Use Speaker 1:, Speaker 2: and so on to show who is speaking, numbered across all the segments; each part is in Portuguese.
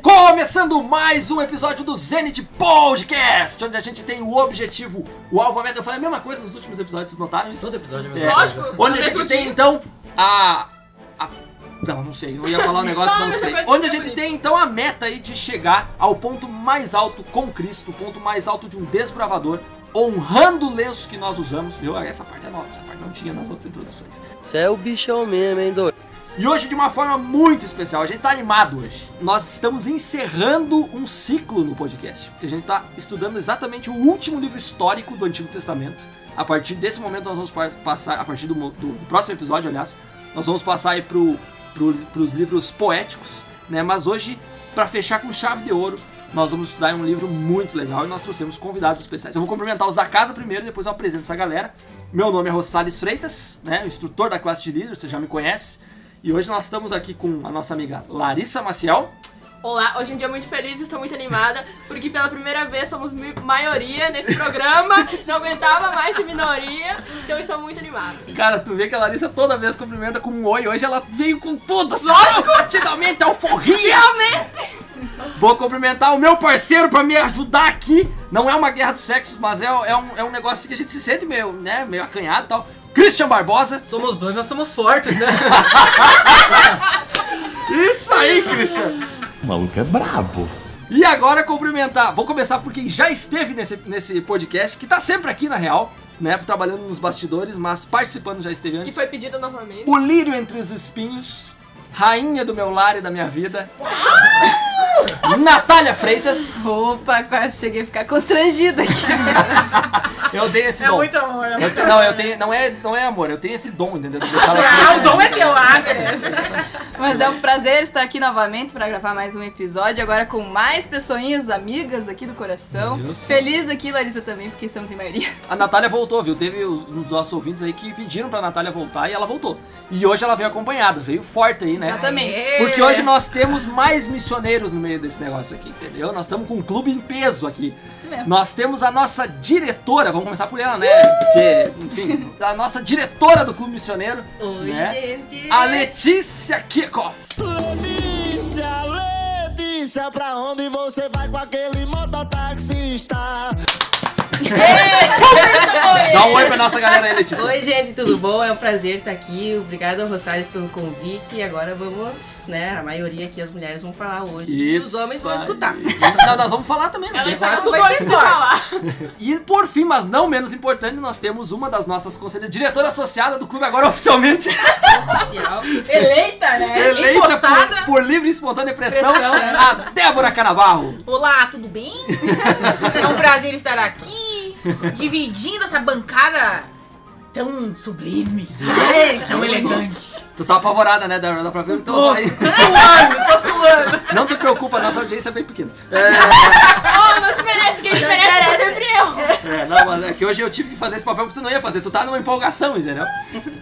Speaker 1: Começando mais um episódio do Zenith Podcast, onde a gente tem o objetivo, o alvo, a meta. Eu falei a mesma coisa nos últimos episódios, vocês notaram isso?
Speaker 2: Todo episódio é a
Speaker 1: É,
Speaker 2: mesma coisa.
Speaker 3: Lógico.
Speaker 1: Onde a
Speaker 3: Não
Speaker 1: gente
Speaker 3: lembro
Speaker 1: tem
Speaker 3: disso.
Speaker 1: então a. a- Não, não sei, eu ia falar um negócio,
Speaker 3: Fala
Speaker 1: não
Speaker 3: essa
Speaker 1: sei.
Speaker 3: coisa que
Speaker 1: Onde a
Speaker 3: é
Speaker 1: gente
Speaker 3: bonita.
Speaker 1: tem então a meta aí de chegar ao ponto mais alto com Cristo, o ponto mais alto de um desbravador, honrando o lenço que nós usamos, viu? Essa parte é nova, essa parte não tinha nas outras introduções.
Speaker 2: Você é o bichão mesmo, hein, doido?
Speaker 1: E hoje de uma forma muito especial, a gente tá animado hoje. Nós estamos encerrando um ciclo no podcast, porque a gente tá estudando exatamente o último livro histórico do Antigo Testamento. A partir desse momento nós vamos par- passar, a partir do, mo- do- do próximo episódio, aliás, nós vamos passar aí pro, pro, pros livros poéticos, né? Mas hoje, para fechar com chave de ouro, nós vamos estudar um livro muito legal e nós trouxemos convidados especiais. Eu vou cumprimentar os da casa primeiro, depois eu apresento essa galera. Meu nome é Rosales Freitas, né? Instrutor da classe de líder, você já me conhece. E hoje nós estamos aqui com a nossa amiga Larissa Maciel.
Speaker 3: Olá, hoje em dia muito feliz, estou muito animada, porque pela primeira vez somos mi- maioria nesse programa, não aguentava mais ser minoria, então estou muito animada.
Speaker 1: Cara, tu vê que a Larissa toda vez cumprimenta com um oi. Hoje ela veio com tudo. Assim, Lógico! Finalmente, alforria! Finalmente! Vou cumprimentar o meu parceiro pra me ajudar aqui. Não é uma guerra dos sexos, mas é, é um, é um negócio que a gente se sente meio, né, meio acanhado e tal. Christian Barbosa.
Speaker 2: Somos dois, mas somos fortes, né?
Speaker 1: Isso aí, Christian!
Speaker 4: O maluco é brabo.
Speaker 1: E agora cumprimentar. Vou começar por quem já esteve nesse, nesse podcast, que tá sempre aqui na real, né? Trabalhando nos bastidores, mas participando já esteve
Speaker 3: Que
Speaker 1: antes.
Speaker 3: foi pedida novamente.
Speaker 1: O lírio entre os espinhos, rainha do meu lar e da minha vida. Natália Freitas.
Speaker 5: Opa, quase cheguei a ficar constrangida aqui.
Speaker 1: Eu dei esse dom.
Speaker 3: É amor.
Speaker 1: Eu te- não, eu tenho, não é, não é amor, eu tenho esse dom, entendeu? De deixar ela-
Speaker 3: é teu, ah, beleza.
Speaker 5: Mas é um prazer estar aqui novamente para gravar mais um episódio, agora com mais pessoinhas amigas aqui do coração.
Speaker 1: Isso.
Speaker 5: Feliz aqui, Larissa, também, porque estamos em maioria.
Speaker 1: A Natália voltou, viu? Teve os- uns nossos ouvintes aí que pediram pra Natália voltar e ela voltou. E hoje ela veio acompanhada, veio forte aí, né?
Speaker 5: Exatamente.
Speaker 1: Porque hoje nós temos mais missioneiros no meio desse negócio aqui, entendeu? Nós estamos com um clube em peso aqui.
Speaker 5: Isso mesmo.
Speaker 1: Nós temos a nossa diretora, vamos começar por ela, né? Porque, enfim, a nossa diretora do Clube Missioneiro, né? A Letícia Kikoff.
Speaker 6: Letícia, Letícia, pra onde você vai com aquele mototaxista?
Speaker 1: Dá um oi pra nossa galera aí, Letícia.
Speaker 7: Oi, gente, tudo bom? É um prazer estar aqui. Obrigada, Rosales, pelo convite. E agora vamos, né? A maioria aqui, as mulheres vão falar hoje. E os homens vão
Speaker 1: aí.
Speaker 7: escutar.
Speaker 1: Não, é nós vamos falar também.
Speaker 3: Ela
Speaker 1: nós
Speaker 3: está
Speaker 1: vamos
Speaker 3: com
Speaker 1: falar.
Speaker 3: dois pra falar.
Speaker 1: E por fim, mas não menos importante, nós temos uma das nossas conselheiras, diretora associada do clube agora oficialmente,
Speaker 7: Oficial.
Speaker 3: Eleita,
Speaker 7: É,
Speaker 3: né?
Speaker 1: eleita por, por livre e espontânea pressão,
Speaker 5: Pressão, né?
Speaker 1: a
Speaker 7: é.
Speaker 1: Débora Canavarro.
Speaker 8: Olá, tudo bem? é um prazer estar aqui, dividindo essa bancada tão sublime. tão elegante.
Speaker 1: Tu tá apavorada, né, Débora? Dá pra ver? Então, vai.
Speaker 8: Suando, tô suando.
Speaker 1: Não te preocupa, nossa audiência é bem pequena.
Speaker 3: Oh, não te merece, quem te merece sou sempre eu.
Speaker 1: É, não, mas é que hoje eu tive que fazer esse papel que tu não ia fazer, tu tá numa empolgação, entendeu?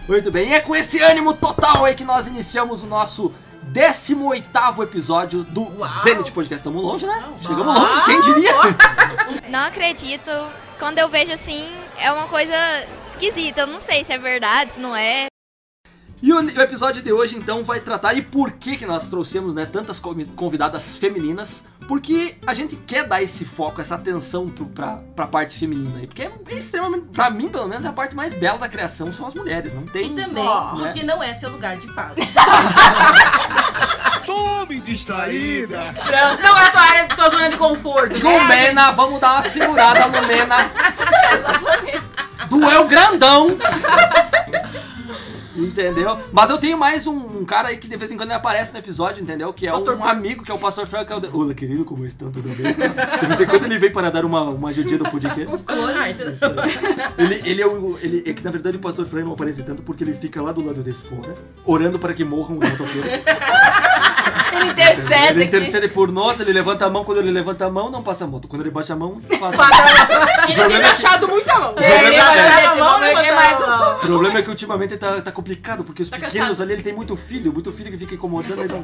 Speaker 1: Muito bem, e é com esse ânimo total aí que nós iniciamos o nosso 18º episódio do Zenit Podcast. Estamos longe, né? Chegamos longe, quem diria?
Speaker 9: Não acredito. Quando eu vejo assim, é uma coisa esquisita. Eu não sei se é verdade, se não é.
Speaker 1: E o, o episódio de hoje, então, vai tratar de por que, que nós trouxemos né, tantas comi- convidadas femininas. Porque a gente quer dar esse foco, essa atenção pro, pra, pra parte feminina aí. Porque é extremamente. Pra mim, pelo menos, é a parte mais bela da criação são as mulheres. Não tem.
Speaker 7: E também,
Speaker 1: né?
Speaker 7: porque não é seu lugar de fala.
Speaker 6: Tome distraída!
Speaker 5: Pronto.
Speaker 8: Não é a tua área, tua zona de conforto,
Speaker 1: É,
Speaker 8: né?
Speaker 1: Lumena, vamos dar uma segurada, Lumena. Doeu grandão. Entendeu? Mas eu tenho mais um, um cara aí que de vez em quando ele aparece no episódio, entendeu? Que é um amigo, que é o Pastor Frank. Que é o... de- Olá, querido, como estão? Tudo bem? De vez em quando ele vem para dar uma, uma ajudinha do podcast.
Speaker 7: ah, entendeu?
Speaker 1: Ele, ele é o. Ele, é que na verdade o pastor Fran não aparece tanto porque ele fica lá do lado de fora, orando para que morram os motoqueiros.
Speaker 5: Ele intercede
Speaker 1: ele
Speaker 5: aqui.
Speaker 1: intercede por nós, ele levanta a mão, quando ele levanta a mão, não passa a moto. Quando ele baixa a mão, passa a moto.
Speaker 3: então. Ele tem me achado muita mão.
Speaker 5: É, ele
Speaker 1: Problema
Speaker 5: vai
Speaker 8: dele.
Speaker 5: a mão, não quer mais um isso.
Speaker 1: O problema é que ultimamente tá, tá complicado, porque os
Speaker 3: Tá
Speaker 1: pequenos
Speaker 3: cansado.
Speaker 1: ali ele tem muito filho, muito filho que fica incomodando. Ele não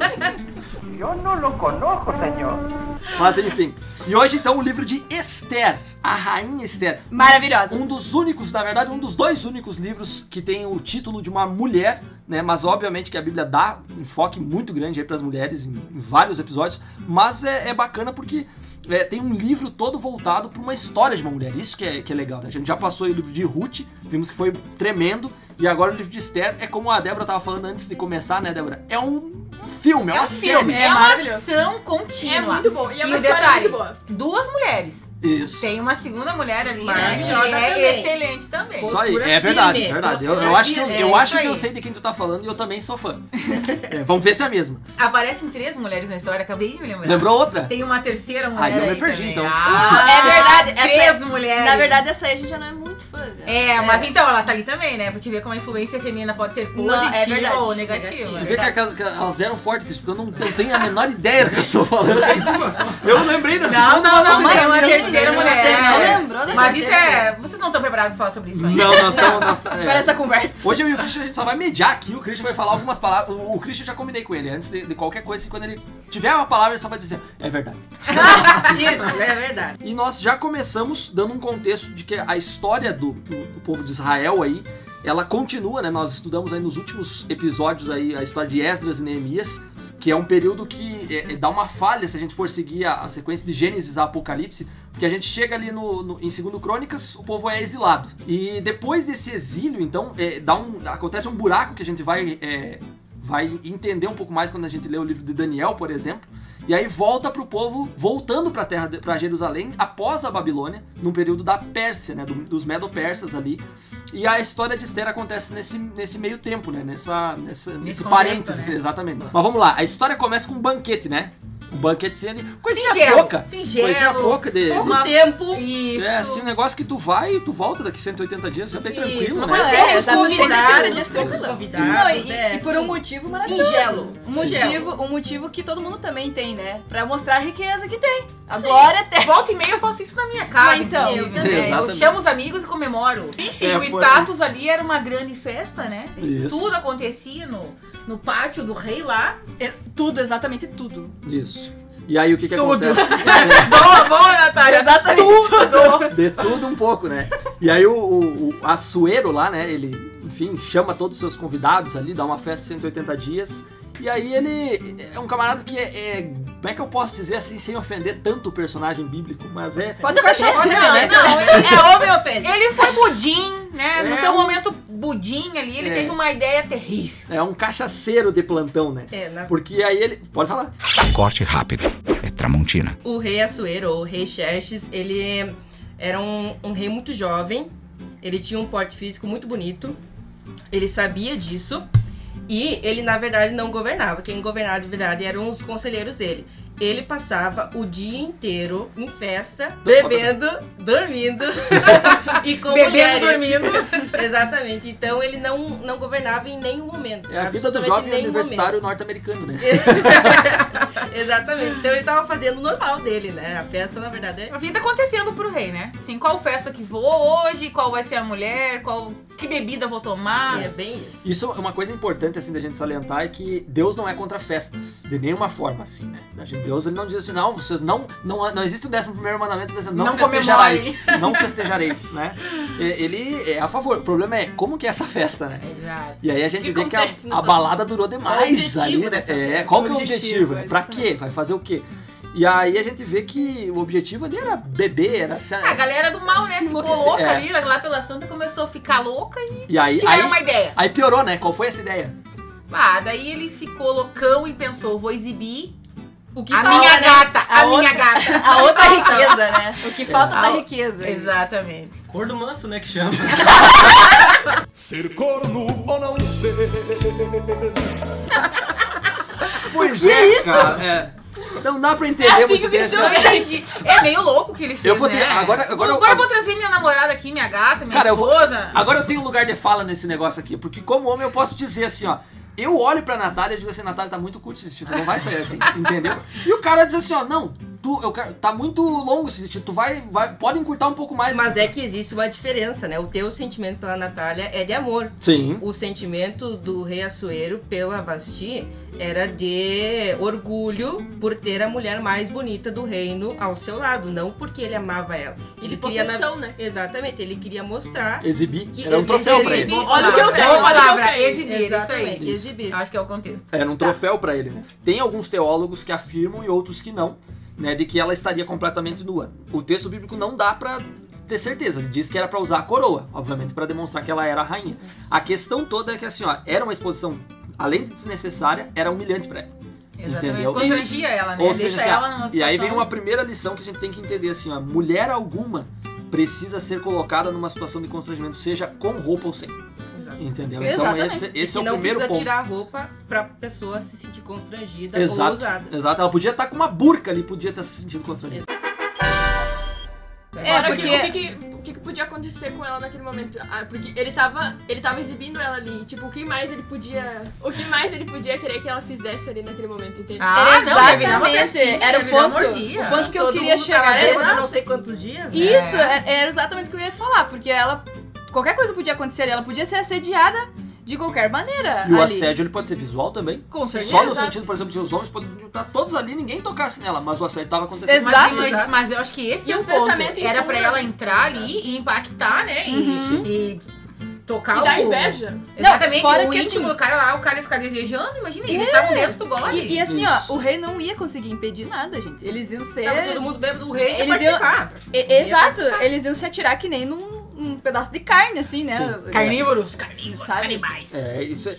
Speaker 1: Mas enfim. E hoje então o livro de Esther, a rainha Esther.
Speaker 5: Maravilhosa.
Speaker 1: Um dos únicos, na verdade, um dos dois únicos livros que tem o título de uma mulher né? Mas obviamente que a Bíblia dá um enfoque muito grande aí para as mulheres em, em vários episódios, mas é, é bacana porque é, tem um livro todo voltado para uma história de uma mulher. Isso que é, que é legal, né? A gente já passou aí o livro de Ruth, vimos que foi tremendo, e agora o livro de Esther é como a Débora tava falando antes de começar, né, Débora? É um filme, é,
Speaker 8: É
Speaker 1: uma
Speaker 8: um filme,
Speaker 1: série.
Speaker 8: é,
Speaker 5: É
Speaker 8: uma
Speaker 5: maravilhoso.
Speaker 8: ação
Speaker 3: É
Speaker 8: contínua.
Speaker 3: muito bom. E é uma
Speaker 8: e o
Speaker 3: história
Speaker 8: detalhe,
Speaker 3: muito boa.
Speaker 8: duas mulheres.
Speaker 1: Isso.
Speaker 8: Tem uma segunda mulher ali, né? Que
Speaker 7: Maravilhosa
Speaker 8: é
Speaker 7: também.
Speaker 8: excelente também.
Speaker 1: Isso aí,
Speaker 7: Postura
Speaker 1: é verdade,
Speaker 7: firme,
Speaker 1: é verdade. Eu,
Speaker 7: postura
Speaker 1: eu acho, que eu,
Speaker 8: firme.
Speaker 1: eu
Speaker 8: né? É
Speaker 1: acho
Speaker 8: isso
Speaker 1: que eu
Speaker 8: aí.
Speaker 1: sei de quem tu tá falando e eu também sou fã. É, vamos ver se é a mesma.
Speaker 8: Aparecem três mulheres na história, acabei de me lembrar.
Speaker 1: Lembrou outra?
Speaker 8: Tem uma terceira mulher.
Speaker 1: Ah, eu me
Speaker 8: aí
Speaker 1: perdi,
Speaker 8: também.
Speaker 1: então.
Speaker 8: Ah,
Speaker 5: É verdade, essa-
Speaker 8: Três mulheres.
Speaker 5: Na verdade, essa aí a gente já não é muito fã. né?
Speaker 8: É, mas então, ela tá ali também, né? Pra te ver como a influência feminina pode ser
Speaker 5: Não, é
Speaker 8: positiva
Speaker 5: verdade.
Speaker 8: ou negativa.
Speaker 1: Tu vê que, aquela- que elas vieram forte, Cris, porque eu não, não tenho a menor ideia do que eu estou falando. Eu lembrei da segunda,
Speaker 8: não,
Speaker 1: mas
Speaker 8: não, mas
Speaker 1: sei
Speaker 8: é uma
Speaker 1: se-
Speaker 8: terceira mulher.
Speaker 5: né? Você não
Speaker 8: é.
Speaker 5: lembrou da
Speaker 8: Mas isso
Speaker 5: terceira
Speaker 8: é. Vocês não estão preparados pra falar sobre isso ainda.
Speaker 1: Não, nós estamos. nós tá- é.
Speaker 5: Para essa conversa.
Speaker 1: Hoje eu e o Christian a gente só vai mediar aqui. O Christian vai falar algumas palavras. O, o Christian eu já combinei com ele. Antes de, de qualquer coisa, assim, quando ele tiver uma palavra, ele só vai dizer assim, é verdade.
Speaker 7: Isso, é verdade.
Speaker 1: E nós já começamos dando um contexto de que a história do, do- do povo de Israel aí, ela continua, né? Nós estudamos aí nos últimos episódios aí a história de Esdras e Neemias, que é um período que é, é, dá uma falha se a gente for seguir a, a sequência de Gênesis a Apocalipse, porque a gente chega ali no, no- em 2 Crônicas, o povo é exilado. E depois desse exílio, então, é, dá um, acontece um buraco que a gente vai é, vai entender um pouco mais quando a gente lê o livro de Daniel, por exemplo. E aí volta pro povo voltando pra terra para Jerusalém após a Babilônia, num período da Pérsia, né, do- dos Medo-Persas ali. E a história de Esther acontece nesse, nesse meio tempo, né, nessa, nessa nesse,
Speaker 8: contexto,
Speaker 1: parênteses,
Speaker 8: né?
Speaker 1: exatamente. Mas vamos lá, a história começa com um banquete, né? Um banquete ali, coisinha
Speaker 8: Singelo,
Speaker 1: pouca.
Speaker 8: singelo.
Speaker 1: Coisinha pouca é de
Speaker 7: Pouco
Speaker 8: Uma-
Speaker 7: tempo.
Speaker 8: Isso.
Speaker 1: É, assim, um negócio que tu vai e tu volta daqui 180 dias, já é bem
Speaker 8: Isso,
Speaker 1: tranquilo,
Speaker 8: uma
Speaker 1: né?
Speaker 8: coisa-
Speaker 5: É,
Speaker 7: Poucos
Speaker 5: tá no centro de
Speaker 7: convidados,
Speaker 5: dias
Speaker 7: poucos
Speaker 5: tranquilo.
Speaker 7: convidados,
Speaker 5: Não, e,
Speaker 7: é,
Speaker 5: e por um
Speaker 7: sim.
Speaker 5: motivo maravilhoso.
Speaker 7: Singelo.
Speaker 5: Um motivo, um motivo que todo mundo também tem, né? Pra mostrar a riqueza que tem. A glória tem.
Speaker 8: Volta e meia eu faço isso na minha casa.
Speaker 5: Mas então,
Speaker 8: inclusive,
Speaker 1: eu
Speaker 8: né?
Speaker 1: também.
Speaker 8: Eu
Speaker 1: Exatamente.
Speaker 8: chamo os amigos e comemoro. Enfim,
Speaker 1: É,
Speaker 8: o
Speaker 1: foi-
Speaker 8: status ali era uma grande festa, né?
Speaker 1: Isso.
Speaker 8: Tudo acontecia no, no pátio do rei lá.
Speaker 5: É, Tudo, exatamente tudo.
Speaker 1: Isso. E aí o que que
Speaker 8: Tudo.
Speaker 1: acontece? É.
Speaker 8: boa, boa, Natália.
Speaker 5: Exatamente
Speaker 8: Tudo.
Speaker 1: De tudo um pouco, né? E aí o, o, o Açoeiro lá, né? Ele, enfim, chama todos os seus convidados ali, dá uma festa de 180 dias. E aí ele é um camarada que é, é- Como é que eu posso dizer assim, sem ofender tanto o personagem bíblico, mas é.
Speaker 5: Pode fechar esse
Speaker 8: Não,
Speaker 5: né?
Speaker 8: não, ele,
Speaker 7: É homem ofende.
Speaker 8: ele foi budim, né? No
Speaker 1: É,
Speaker 8: seu
Speaker 1: um-
Speaker 8: momento budim ali, ele
Speaker 1: É.
Speaker 8: teve uma ideia terrível.
Speaker 1: É um cachaceiro de plantão, né?
Speaker 7: É, na-
Speaker 1: Porque aí ele. Pode falar.
Speaker 6: Corte rápido. É Tramontina.
Speaker 7: O rei Assuero, ou rei Xerxes, ele era um, um rei muito jovem, ele tinha um porte físico muito bonito, ele sabia disso e ele, na verdade, não governava. Quem governava, de verdade, eram os conselheiros dele. Ele passava o dia inteiro em festa, bebendo, dormindo e com
Speaker 8: Bebendo,
Speaker 7: mulheres. Exatamente. Então ele não, não governava em nenhum momento.
Speaker 1: É a vida do
Speaker 7: absolutamente
Speaker 1: jovem
Speaker 7: em nenhum
Speaker 1: universitário norte-americano, né?
Speaker 7: Exatamente. Então ele tava fazendo o normal dele, né? A festa, na verdade, é
Speaker 8: A vida acontecendo pro rei, né? Assim, qual festa que vou hoje, qual vai ser a mulher, qual que bebida vou
Speaker 3: Ah.
Speaker 8: tomar.
Speaker 7: É bem isso.
Speaker 1: Isso é uma coisa importante, assim, da gente salientar, é que Deus não é contra festas, de nenhuma forma, assim, né? A gente- Deus, ele não diz assim, não, vocês não, não, não existe o décimo primeiro mandamento dizendo, não,
Speaker 8: Não
Speaker 1: festejareis, não festejareis, né? E- Ele é a favor, o problema é como que é essa festa, né?
Speaker 8: Exato.
Speaker 1: E aí a gente
Speaker 3: que
Speaker 1: vê que a,
Speaker 3: acontece
Speaker 1: a
Speaker 3: nessa
Speaker 1: balada durou demais
Speaker 7: Qual o
Speaker 1: ali,
Speaker 7: objetivo
Speaker 1: né?
Speaker 7: dessa
Speaker 1: É,
Speaker 7: festa?
Speaker 1: qual que é o
Speaker 5: O objetivo,
Speaker 1: objetivo, né? Pra
Speaker 5: exatamente.
Speaker 1: quê? Vai fazer o quê? E aí a gente vê que o objetivo ali era beber, era... se-
Speaker 8: A galera do mal, né?
Speaker 1: Se
Speaker 8: Ficou
Speaker 1: enlouquecer,
Speaker 8: louca
Speaker 1: é.
Speaker 8: ali, lá pela Santa começou a ficar louca e
Speaker 1: E aí, aí,
Speaker 8: tiveram uma ideia.
Speaker 1: aí piorou, né? Qual foi essa ideia?
Speaker 8: Ah, daí ele ficou loucão e pensou, vou exibir
Speaker 7: O que
Speaker 8: a
Speaker 7: fala,
Speaker 8: minha
Speaker 7: né?
Speaker 8: gata, a,
Speaker 5: A
Speaker 8: minha
Speaker 5: outra.
Speaker 8: gata.
Speaker 5: A outra riqueza, né? O
Speaker 7: É.
Speaker 5: que falta
Speaker 8: A
Speaker 5: da
Speaker 8: o-
Speaker 5: riqueza.
Speaker 8: Exatamente.
Speaker 2: Cor do manso, né, que chama.
Speaker 6: Ser corno ou não ser.
Speaker 1: Pois é, isso? Não dá pra entender
Speaker 3: É assim
Speaker 1: muito
Speaker 3: que o
Speaker 1: bem
Speaker 3: Cristiano
Speaker 8: Então, Eu
Speaker 1: assim, ó.
Speaker 8: entendi. É meio louco o que ele fez,
Speaker 1: Eu vou
Speaker 8: né?
Speaker 1: ter- agora- agora
Speaker 8: Vou-
Speaker 1: eu-
Speaker 8: eu vou trazer minha namorada aqui, minha gata, minha
Speaker 1: Cara, eu vou,
Speaker 8: esposa.
Speaker 1: agora eu tenho lugar de fala nesse negócio aqui, porque como homem eu posso dizer assim, ó. Eu olho pra Natália e digo assim, Natália, tá muito curto esse vestido, não vai sair assim, entendeu? E o cara diz assim, ó, não, tu tu, eu quero, tá muito longo esse vídeo, tu vai, vai, pode encurtar um pouco mais.
Speaker 7: Mas é que existe uma diferença, né? O teu sentimento pela Natália é de amor.
Speaker 1: Sim.
Speaker 7: O sentimento do rei Açoeiro pela Vasti era de orgulho por ter a mulher mais bonita do reino ao seu lado, não porque ele amava ela. Ele
Speaker 3: De
Speaker 7: queria na-
Speaker 3: possessão, né?
Speaker 7: Exatamente, ele queria mostrar
Speaker 1: Exibir,
Speaker 7: que
Speaker 1: era um troféu pra
Speaker 7: exibir-
Speaker 1: ele.
Speaker 3: Olha o que eu tenho,
Speaker 8: Boa
Speaker 3: olha o
Speaker 8: palavra,
Speaker 3: que é eu
Speaker 8: exibir, isso
Speaker 7: Exatamente,
Speaker 8: aí.
Speaker 7: exibir.
Speaker 8: Acho que é o contexto.
Speaker 1: Era um troféu pra ele, né? Tem alguns teólogos que afirmam e outros que não, né, de que ela estaria completamente nua. O texto bíblico não dá pra ter certeza, ele diz que era pra usar a coroa, obviamente pra demonstrar que ela era a rainha. A questão toda é que assim, ó, era uma exposição além de desnecessária, era humilhante pra ela.
Speaker 8: Exatamente.
Speaker 1: Entendeu?
Speaker 8: Constrangia ela, né?
Speaker 1: Ou
Speaker 8: Deixa
Speaker 1: seja, assim,
Speaker 8: ela numa
Speaker 1: e aí
Speaker 8: situação-
Speaker 1: vem uma primeira lição que a gente tem que entender assim, ó, mulher alguma precisa ser colocada numa situação de constrangimento, seja com roupa ou sem. Entendeu? Então
Speaker 5: Exatamente.
Speaker 1: esse,
Speaker 7: E
Speaker 1: esse é
Speaker 7: que
Speaker 1: o
Speaker 7: não
Speaker 1: primeiro
Speaker 7: precisa
Speaker 1: ponto.
Speaker 7: tirar a roupa pra pessoa se sentir constrangida ou
Speaker 1: Exato,
Speaker 7: usada.
Speaker 1: exato. Ela podia estar com uma burca ali, podia estar se sentindo constrangida.
Speaker 5: É,
Speaker 3: Fora
Speaker 5: porque-
Speaker 3: que, o que que, o que que podia acontecer com ela naquele momento? Ah, porque ele tava, ele tava exibindo ela ali. Tipo, o que mais ele podia. O que mais ele podia querer que ela fizesse ali naquele momento, entende?
Speaker 8: Ah, não, vai virar uma
Speaker 5: Exatamente,
Speaker 8: festinha,
Speaker 5: era o
Speaker 8: vai virar uma
Speaker 5: ponto-
Speaker 8: orgia.
Speaker 5: o ponto que eu
Speaker 7: Todo
Speaker 5: queria
Speaker 7: mundo
Speaker 5: chegar
Speaker 7: tava
Speaker 5: nessa-
Speaker 7: bêbado não sei quantos dias, né?
Speaker 5: Isso, é- era exatamente o que eu ia falar, porque ela. Qualquer coisa podia acontecer ali, ela podia ser assediada de qualquer maneira.
Speaker 1: E o
Speaker 5: ali.
Speaker 1: assédio ele pode ser visual também.
Speaker 5: Com certeza.
Speaker 1: Só no
Speaker 3: Exato.
Speaker 1: sentido, por exemplo, de os homens poderiam estar todos ali, ninguém tocasse nela, mas o assédio tava acontecendo.
Speaker 5: Exato.
Speaker 8: Mas, tem- mas, mas eu acho que esse
Speaker 3: E
Speaker 8: é o
Speaker 3: os
Speaker 8: ponto.
Speaker 3: pensamentos
Speaker 8: Era pra ela
Speaker 3: incomunáveis.
Speaker 8: entrar ali e impactar, né? E-
Speaker 5: Uhum.
Speaker 8: E, tocar
Speaker 3: E dá
Speaker 8: o...
Speaker 3: inveja.
Speaker 8: Exatamente,
Speaker 5: fora
Speaker 8: o
Speaker 5: que,
Speaker 8: íntimo
Speaker 5: assim- É.
Speaker 8: do cara lá, o cara ia ficar desejando, imagina, eles estavam dentro do gole.
Speaker 5: E, e assim,
Speaker 1: Isso.
Speaker 5: ó, o rei não ia conseguir impedir nada, gente. Eles iam ser.
Speaker 7: Tava todo mundo bêbado, o rei ia
Speaker 5: Eles iam-
Speaker 7: participar.
Speaker 5: E-
Speaker 7: ia
Speaker 5: exato, eles iam se atirar que nem num, num pedaço de carne, assim, né?
Speaker 1: Sim.
Speaker 8: Carnívoros, carnívoros,
Speaker 5: Sabe?
Speaker 8: canibais.
Speaker 1: É, isso é.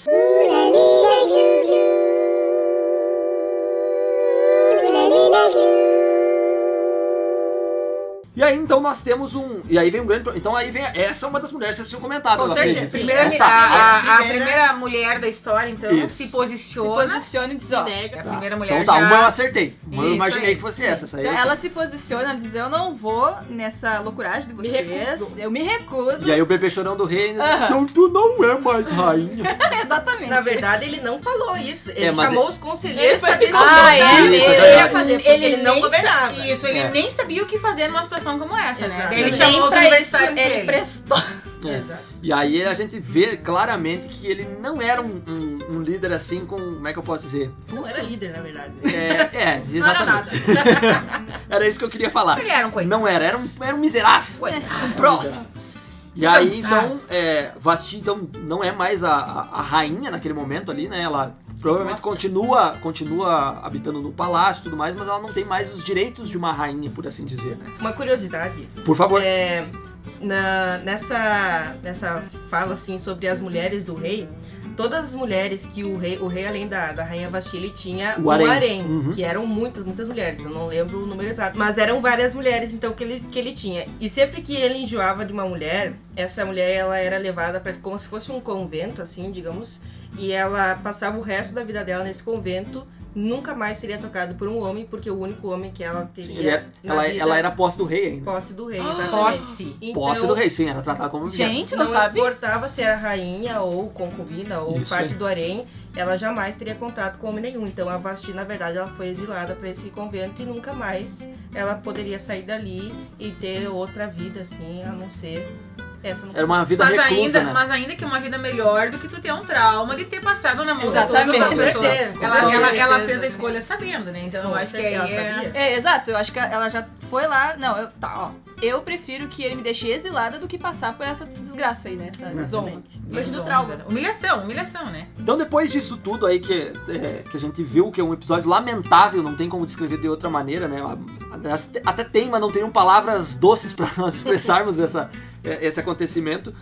Speaker 1: E aí, então, nós temos um. E aí vem um grande. pro- Então, aí vem. Essa é uma das mulheres que vocês tinham comentado.
Speaker 8: Com
Speaker 1: eu
Speaker 8: certeza.
Speaker 1: acredito.
Speaker 8: Primeira,
Speaker 1: Então,
Speaker 8: a,
Speaker 1: tá.
Speaker 8: a- a
Speaker 7: primeira-
Speaker 8: primeira mulher da história, então,
Speaker 1: Isso.
Speaker 8: se
Speaker 5: Se
Speaker 8: posiciona.
Speaker 5: posiciona e diz, ó.
Speaker 3: Nega.
Speaker 8: É a
Speaker 1: Tá.
Speaker 8: primeira mulher
Speaker 1: Então tá,
Speaker 8: já...
Speaker 1: uma eu acertei. Uma eu
Speaker 8: Isso
Speaker 1: imaginei
Speaker 8: aí.
Speaker 1: que fosse essa. essa aí
Speaker 5: Então,
Speaker 1: eu
Speaker 5: ela se posiciona, ela diz, eu não vou nessa loucuragem de
Speaker 3: Me
Speaker 5: vocês.
Speaker 3: recuso.
Speaker 5: eu me recuso.
Speaker 1: E aí o bebê chorão do rei ainda disse,
Speaker 5: Aham.
Speaker 1: então tu não é mais rainha.
Speaker 5: Exatamente.
Speaker 7: Na verdade, ele não falou isso. Ele
Speaker 1: É, mas
Speaker 7: chamou
Speaker 1: é-
Speaker 7: os conselheiros pra decidir.
Speaker 5: Ah, é
Speaker 1: Isso,
Speaker 5: mesmo.
Speaker 1: é
Speaker 7: Ele ia fazer, porque ele, não
Speaker 8: nem
Speaker 7: governava.
Speaker 8: sa- Isso, ele
Speaker 1: É.
Speaker 8: nem sabia o que fazer numa situação como essa, né?
Speaker 7: Exato.
Speaker 8: Daí ele
Speaker 5: Nem
Speaker 8: chamou os
Speaker 5: pra isso,
Speaker 8: universitários
Speaker 5: ele
Speaker 8: dele.
Speaker 5: prestou.
Speaker 1: É.
Speaker 7: Exato.
Speaker 1: E aí a gente vê claramente que ele não era um, um- um líder assim com. Como é que eu posso dizer?
Speaker 7: Não Então, era líder, na verdade.
Speaker 1: É, é
Speaker 3: Não era
Speaker 1: exatamente. Era isso que eu queria falar.
Speaker 8: Ele era um coitado.
Speaker 1: Não era, era um, era um miserável.
Speaker 8: Coitado.
Speaker 1: Próximo. E aí,
Speaker 8: Cansado.
Speaker 1: então, é, Vasti então, não é mais a, a, a rainha naquele momento ali, né? Ela provavelmente continua, continua habitando no palácio e tudo mais, mas ela não tem mais os direitos de uma rainha, por assim dizer, né?
Speaker 7: Uma curiosidade.
Speaker 1: Por favor.
Speaker 7: É, na- nessa, nessa fala, assim, sobre as mulheres do rei, todas as mulheres que o rei, o rei além da, da rainha Vasti, ele tinha
Speaker 1: O
Speaker 7: o
Speaker 1: harém.
Speaker 7: harém,
Speaker 1: Uhum.
Speaker 7: que eram muitas, muitas mulheres, eu não lembro o número exato, mas eram várias mulheres, então, que ele, que ele tinha. E sempre que ele enjoava de uma mulher, essa mulher, ela era levada para como se fosse um convento, assim, digamos, e ela passava o resto da vida dela nesse convento, nunca mais seria tocada por um homem, porque o único homem que ela teria
Speaker 1: Sim, ele é era-
Speaker 7: na
Speaker 1: ela,
Speaker 7: vida-
Speaker 1: ela era posse do rei ainda.
Speaker 7: Posse do rei, exatamente.
Speaker 8: Ah, Posse.
Speaker 7: Então,
Speaker 1: Posse do rei, sim, era tratada como objeto.
Speaker 5: Gente, não,
Speaker 7: Não
Speaker 5: sabe?
Speaker 7: importava se era rainha ou concubina ou
Speaker 1: Isso
Speaker 7: parte
Speaker 1: aí.
Speaker 7: do harém, ela jamais teria contato com homem nenhum. Então a Vasti, na verdade, ela foi exilada para esse convento e nunca mais ela poderia sair dali e ter outra vida, assim, a não ser essa. no
Speaker 1: Era uma vida
Speaker 8: Mas
Speaker 1: reclusa,
Speaker 8: ainda,
Speaker 1: né?
Speaker 8: mas ainda que uma vida melhor do que tu ter um trauma de ter passado na mão de
Speaker 5: Exatamente.
Speaker 8: todas as
Speaker 7: Com
Speaker 8: pessoas.
Speaker 7: certeza,
Speaker 8: Ela,
Speaker 7: com
Speaker 8: ela, ela
Speaker 5: certeza,
Speaker 8: fez a
Speaker 5: sim.
Speaker 8: escolha sabendo, né? Então eu
Speaker 7: Com
Speaker 8: acho que aí
Speaker 7: certeza, ela
Speaker 8: é...
Speaker 7: sabia.
Speaker 5: É, exato. Eu acho que ela já foi lá. Não, eu, tá, ó. Eu prefiro que ele me deixe exilada do que passar por essa desgraça aí, né? Essa zona.
Speaker 3: Hoje do
Speaker 8: Bom,
Speaker 3: trauma.
Speaker 8: Humilhação, humilhação, né?
Speaker 1: Então, depois disso tudo aí que, é, que a gente viu, que é um episódio lamentável, não tem como descrever de outra maneira, né? Aliás, te- Até tem, mas não tenham palavras doces pra nós expressarmos essa, é, esse acontecimento.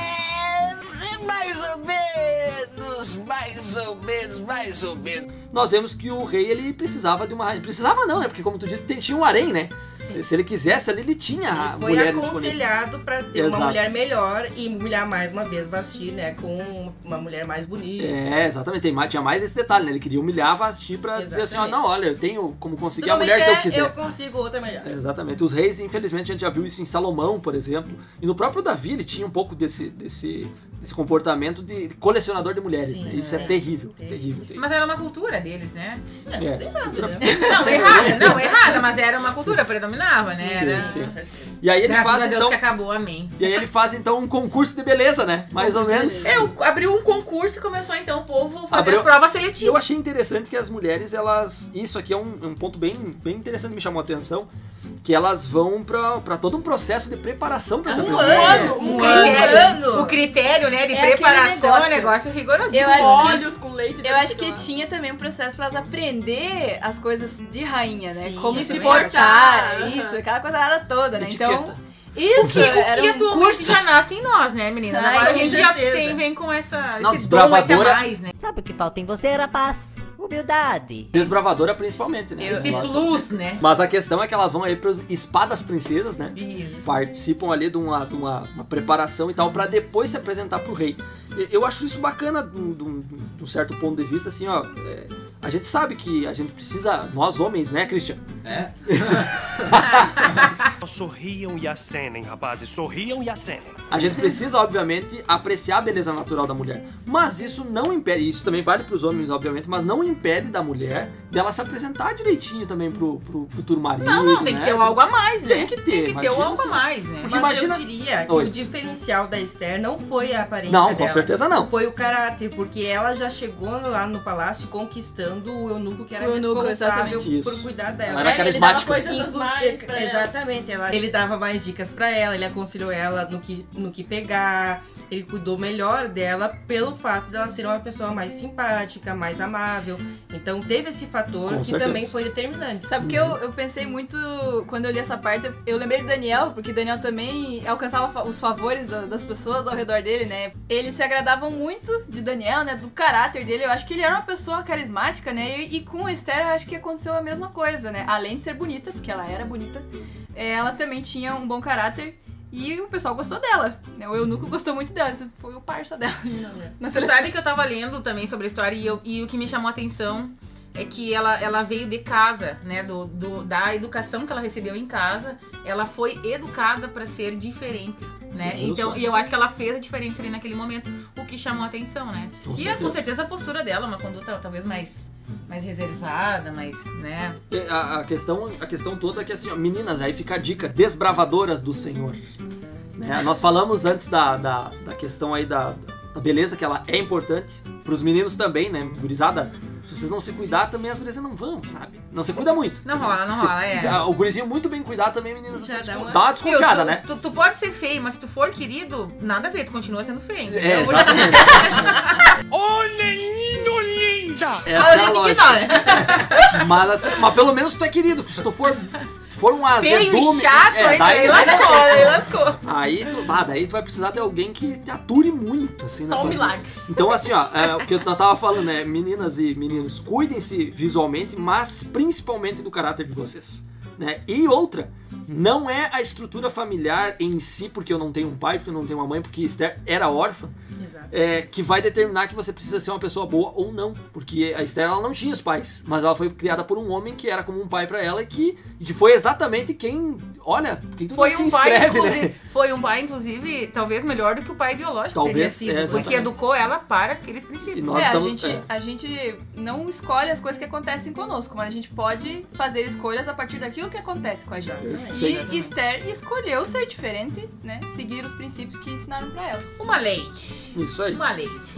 Speaker 2: É, mais ou menos, mais ou menos, mais ou menos.
Speaker 1: Nós vemos que o rei, ele precisava de uma rainha. Precisava não, né? Porque como tu disse, tem- tinha um harém, né? Se ele quisesse ali, ele tinha
Speaker 7: Ele
Speaker 1: a
Speaker 7: foi
Speaker 1: mulher disponível.
Speaker 7: aconselhado para ter
Speaker 1: Ah, Exato.
Speaker 7: uma mulher melhor e humilhar mais uma vez Vasti, né? Com uma mulher mais bonita.
Speaker 1: É, exatamente. Tem mais, tinha mais esse detalhe, né? Ele queria humilhar a Vasti pra dizer assim, ó,
Speaker 7: Exatamente.
Speaker 1: não, olha, eu tenho como
Speaker 7: Se tu
Speaker 1: conseguir
Speaker 7: não
Speaker 1: a
Speaker 7: me
Speaker 1: mulher que eu
Speaker 7: quer,
Speaker 1: quiser.
Speaker 7: é,
Speaker 1: É,
Speaker 7: eu consigo outra melhor.
Speaker 1: Exatamente. Os reis, infelizmente, a gente já viu isso em Salomão, por exemplo. E no próprio Davi, ele tinha um pouco desse, desse esse comportamento de colecionador de mulheres,
Speaker 5: Sim,
Speaker 1: né? Isso é,
Speaker 5: é.
Speaker 1: terrível, terrível, terrível.
Speaker 8: Mas era uma cultura deles, né?
Speaker 1: É.
Speaker 8: Não, errada, não, errada, mas era uma cultura, predominava, né?
Speaker 1: Sim,
Speaker 8: Era...
Speaker 1: sim. E aí ele
Speaker 8: Graças
Speaker 1: faz
Speaker 8: a Deus
Speaker 1: então,
Speaker 8: que acabou, amém.
Speaker 1: e aí ele faz então um concurso de beleza, né? Mais ou menos.
Speaker 8: É, o- abriu um concurso e começou então o povo fazer
Speaker 1: Abriu-
Speaker 8: as provas
Speaker 1: E eu
Speaker 8: seletivas.
Speaker 1: achei interessante que as mulheres, elas. Isso aqui é um, é um ponto bem, bem interessante que me chamou a atenção. Que elas vão pra, pra todo um processo de preparação pra essa
Speaker 7: Um
Speaker 1: prova.
Speaker 7: ano,
Speaker 8: O
Speaker 7: um
Speaker 8: critério,
Speaker 7: ano.
Speaker 8: É, o critério, né, de
Speaker 5: É aquele
Speaker 8: preparação é um
Speaker 5: negócio.
Speaker 8: negócio rigorosíssimo.
Speaker 5: Eu acho que
Speaker 3: um Olhos com leite.
Speaker 5: eu acho que tinha também um processo pra elas aprender as coisas de rainha, né?
Speaker 7: Sim,
Speaker 5: Como
Speaker 7: isso
Speaker 5: se
Speaker 7: também
Speaker 5: portar,
Speaker 3: acho.
Speaker 5: isso, aquela coisa toda, né?
Speaker 1: Etiqueta.
Speaker 5: Então, isso
Speaker 8: Que,
Speaker 5: era
Speaker 8: o que
Speaker 5: um
Speaker 8: atualmente
Speaker 5: curso
Speaker 8: já nasce em nós, né, menina?
Speaker 5: Ai,
Speaker 8: Agora a
Speaker 5: com
Speaker 8: gente já
Speaker 7: certeza.
Speaker 8: tem, vem com essa,
Speaker 1: Não,
Speaker 8: esse dom, esse a
Speaker 1: desbravadora.
Speaker 8: mais, né?
Speaker 10: Sabe o que falta em você, rapaz? Humildade.
Speaker 1: Desbravadora principalmente, né?
Speaker 5: Eu-
Speaker 8: Esse
Speaker 1: Elas-
Speaker 8: plus, né?
Speaker 1: Mas a questão é que elas vão aí pros espadas princesas, né?
Speaker 8: Isso.
Speaker 1: Participam ali de uma, de uma, uma preparação e tal, pra depois se apresentar pro rei. E- Eu acho isso bacana de um, de um- de um certo ponto de vista, assim, ó. é, a gente sabe que a gente precisa, nós homens, né, Christian?
Speaker 10: Sorriam e acenem, rapazes. Sorriam e acenem.
Speaker 1: A gente precisa, obviamente, apreciar a beleza natural da mulher. Mas isso não impede, isso também vale pros homens, obviamente, mas não impede da mulher dela se apresentar direitinho também pro, pro futuro marido.
Speaker 8: Não, não, tem que
Speaker 1: né?
Speaker 8: ter o algo a mais, né?
Speaker 1: Tem que ter,
Speaker 8: Tem que ter o
Speaker 1: imagina
Speaker 8: algo a
Speaker 1: só.
Speaker 8: mais, né?
Speaker 1: Porque
Speaker 7: Mas
Speaker 1: imagina-
Speaker 7: eu diria que
Speaker 1: Oi.
Speaker 7: o diferencial da Esther não foi a aparência
Speaker 8: né,
Speaker 1: Não, com
Speaker 7: dela.
Speaker 1: certeza não.
Speaker 7: Foi o caráter, porque ela já chegou lá no palácio conquistando o eunuco que era
Speaker 5: O eunuco,
Speaker 7: responsável
Speaker 1: exatamente.
Speaker 7: por
Speaker 1: Isso.
Speaker 7: cuidar
Speaker 1: Ela
Speaker 7: dela.
Speaker 1: era
Speaker 3: É, ele dava
Speaker 1: carismática.
Speaker 3: coisas
Speaker 7: Inclu-
Speaker 3: mais pra ela.
Speaker 7: Exatamente, ela- ele dava mais dicas pra ela, ele aconselhou ela no que, no que pegar, ele cuidou melhor dela pelo fato dela ser uma pessoa mais simpática, mais amável. Então teve esse fator
Speaker 1: Com
Speaker 7: que
Speaker 1: certeza.
Speaker 7: também foi determinante.
Speaker 5: Sabe que eu, eu pensei muito quando eu li essa parte, eu- eu lembrei do Daniel, porque Daniel também alcançava fa- os favores da- das pessoas ao redor dele, né? Eles se agradavam muito de Daniel, né? Do caráter dele. Eu acho que ele era uma pessoa carismática, né? E, e com a Esther eu acho que aconteceu a mesma coisa, né? Além de ser bonita, porque ela era bonita, eh, ela também tinha um bom caráter. E o pessoal gostou dela, né? O Eunuco gostou muito dela, esse foi o parça dela. Na
Speaker 8: Você
Speaker 5: seleção.
Speaker 8: sabe que eu tava lendo também sobre a história e, eu- e o que me chamou a atenção é que ela, ela veio de casa, né? Do, do- da educação que ela recebeu em casa, ela foi educada pra ser diferente, né?
Speaker 1: Isso.
Speaker 8: Então, e eu acho que ela fez a diferença ali naquele momento, o que chamou a atenção, né?
Speaker 1: Com
Speaker 8: e é, com certeza a postura dela, uma conduta talvez mais, mais reservada, mais, né?
Speaker 1: É, A, a questão, a questão toda é que assim, ó, meninas, aí fica a dica, desbravadoras do Senhor. Né? Nós falamos antes da, da, da questão aí da, da beleza, que ela é importante. Pros meninos também, né? Gurizada, se vocês não se cuidar, também as gurizinhas não vão, sabe? Não se cuida muito.
Speaker 8: Não rola, não
Speaker 1: Se-
Speaker 8: rola, é.
Speaker 1: se- ah, O gurizinho muito bem cuidado também, meninas,
Speaker 7: Já
Speaker 1: assim,
Speaker 7: dá
Speaker 1: dá,
Speaker 7: uma-
Speaker 1: uma desconfiada,
Speaker 8: Meu, tu,
Speaker 1: né?
Speaker 8: Tu, tu pode ser feio, mas se tu for querido, nada a ver, tu continua sendo feio. entendeu?
Speaker 1: É, exatamente. Essa é a lógica. Mas, assim, mas pelo menos tu é querido, que se tu for, for um
Speaker 8: Feio
Speaker 1: azedume...
Speaker 8: e chato,
Speaker 1: é,
Speaker 8: ainda,
Speaker 1: daí-
Speaker 8: aí lascou, aí lascou.
Speaker 1: Aí tu, ah, daí tu vai precisar de alguém que te ature muito, assim. na
Speaker 3: Só um
Speaker 1: tua vida.
Speaker 3: milagre.
Speaker 1: Então, assim, ó, é, o que nós tava falando, né? Meninas e meninos, cuidem-se visualmente, mas principalmente do caráter de vocês. Né? E outra, não é a estrutura familiar em si, porque eu não tenho um pai, porque eu não tenho uma mãe, porque Esther era órfã,
Speaker 7: Exato.
Speaker 1: é, que vai determinar que você precisa ser uma pessoa boa ou não. Porque a Esther ela não tinha os pais, mas ela foi criada por um homem que era como um pai pra ela e que, e que foi exatamente quem. Olha, quem tu
Speaker 8: Foi um pai,
Speaker 1: escreve,
Speaker 8: inclusive,
Speaker 1: né?
Speaker 8: foi um pai, inclusive, talvez melhor do que o pai biológico teria
Speaker 1: Talvez,
Speaker 8: sido,
Speaker 1: é,
Speaker 8: porque
Speaker 1: exatamente.
Speaker 8: educou ela para aqueles princípios.
Speaker 1: E nós
Speaker 5: é,
Speaker 1: estamos-
Speaker 5: a, gente,
Speaker 1: é.
Speaker 5: a gente não escolhe as coisas que acontecem conosco, mas a gente pode fazer escolhas a partir daquilo que acontece com a
Speaker 8: É,
Speaker 5: gente.
Speaker 1: Perfeito.
Speaker 5: E Esther escolheu ser diferente, né? Seguir os princípios que ensinaram pra ela.
Speaker 8: Uma leite,
Speaker 1: Isso aí.
Speaker 8: uma leite.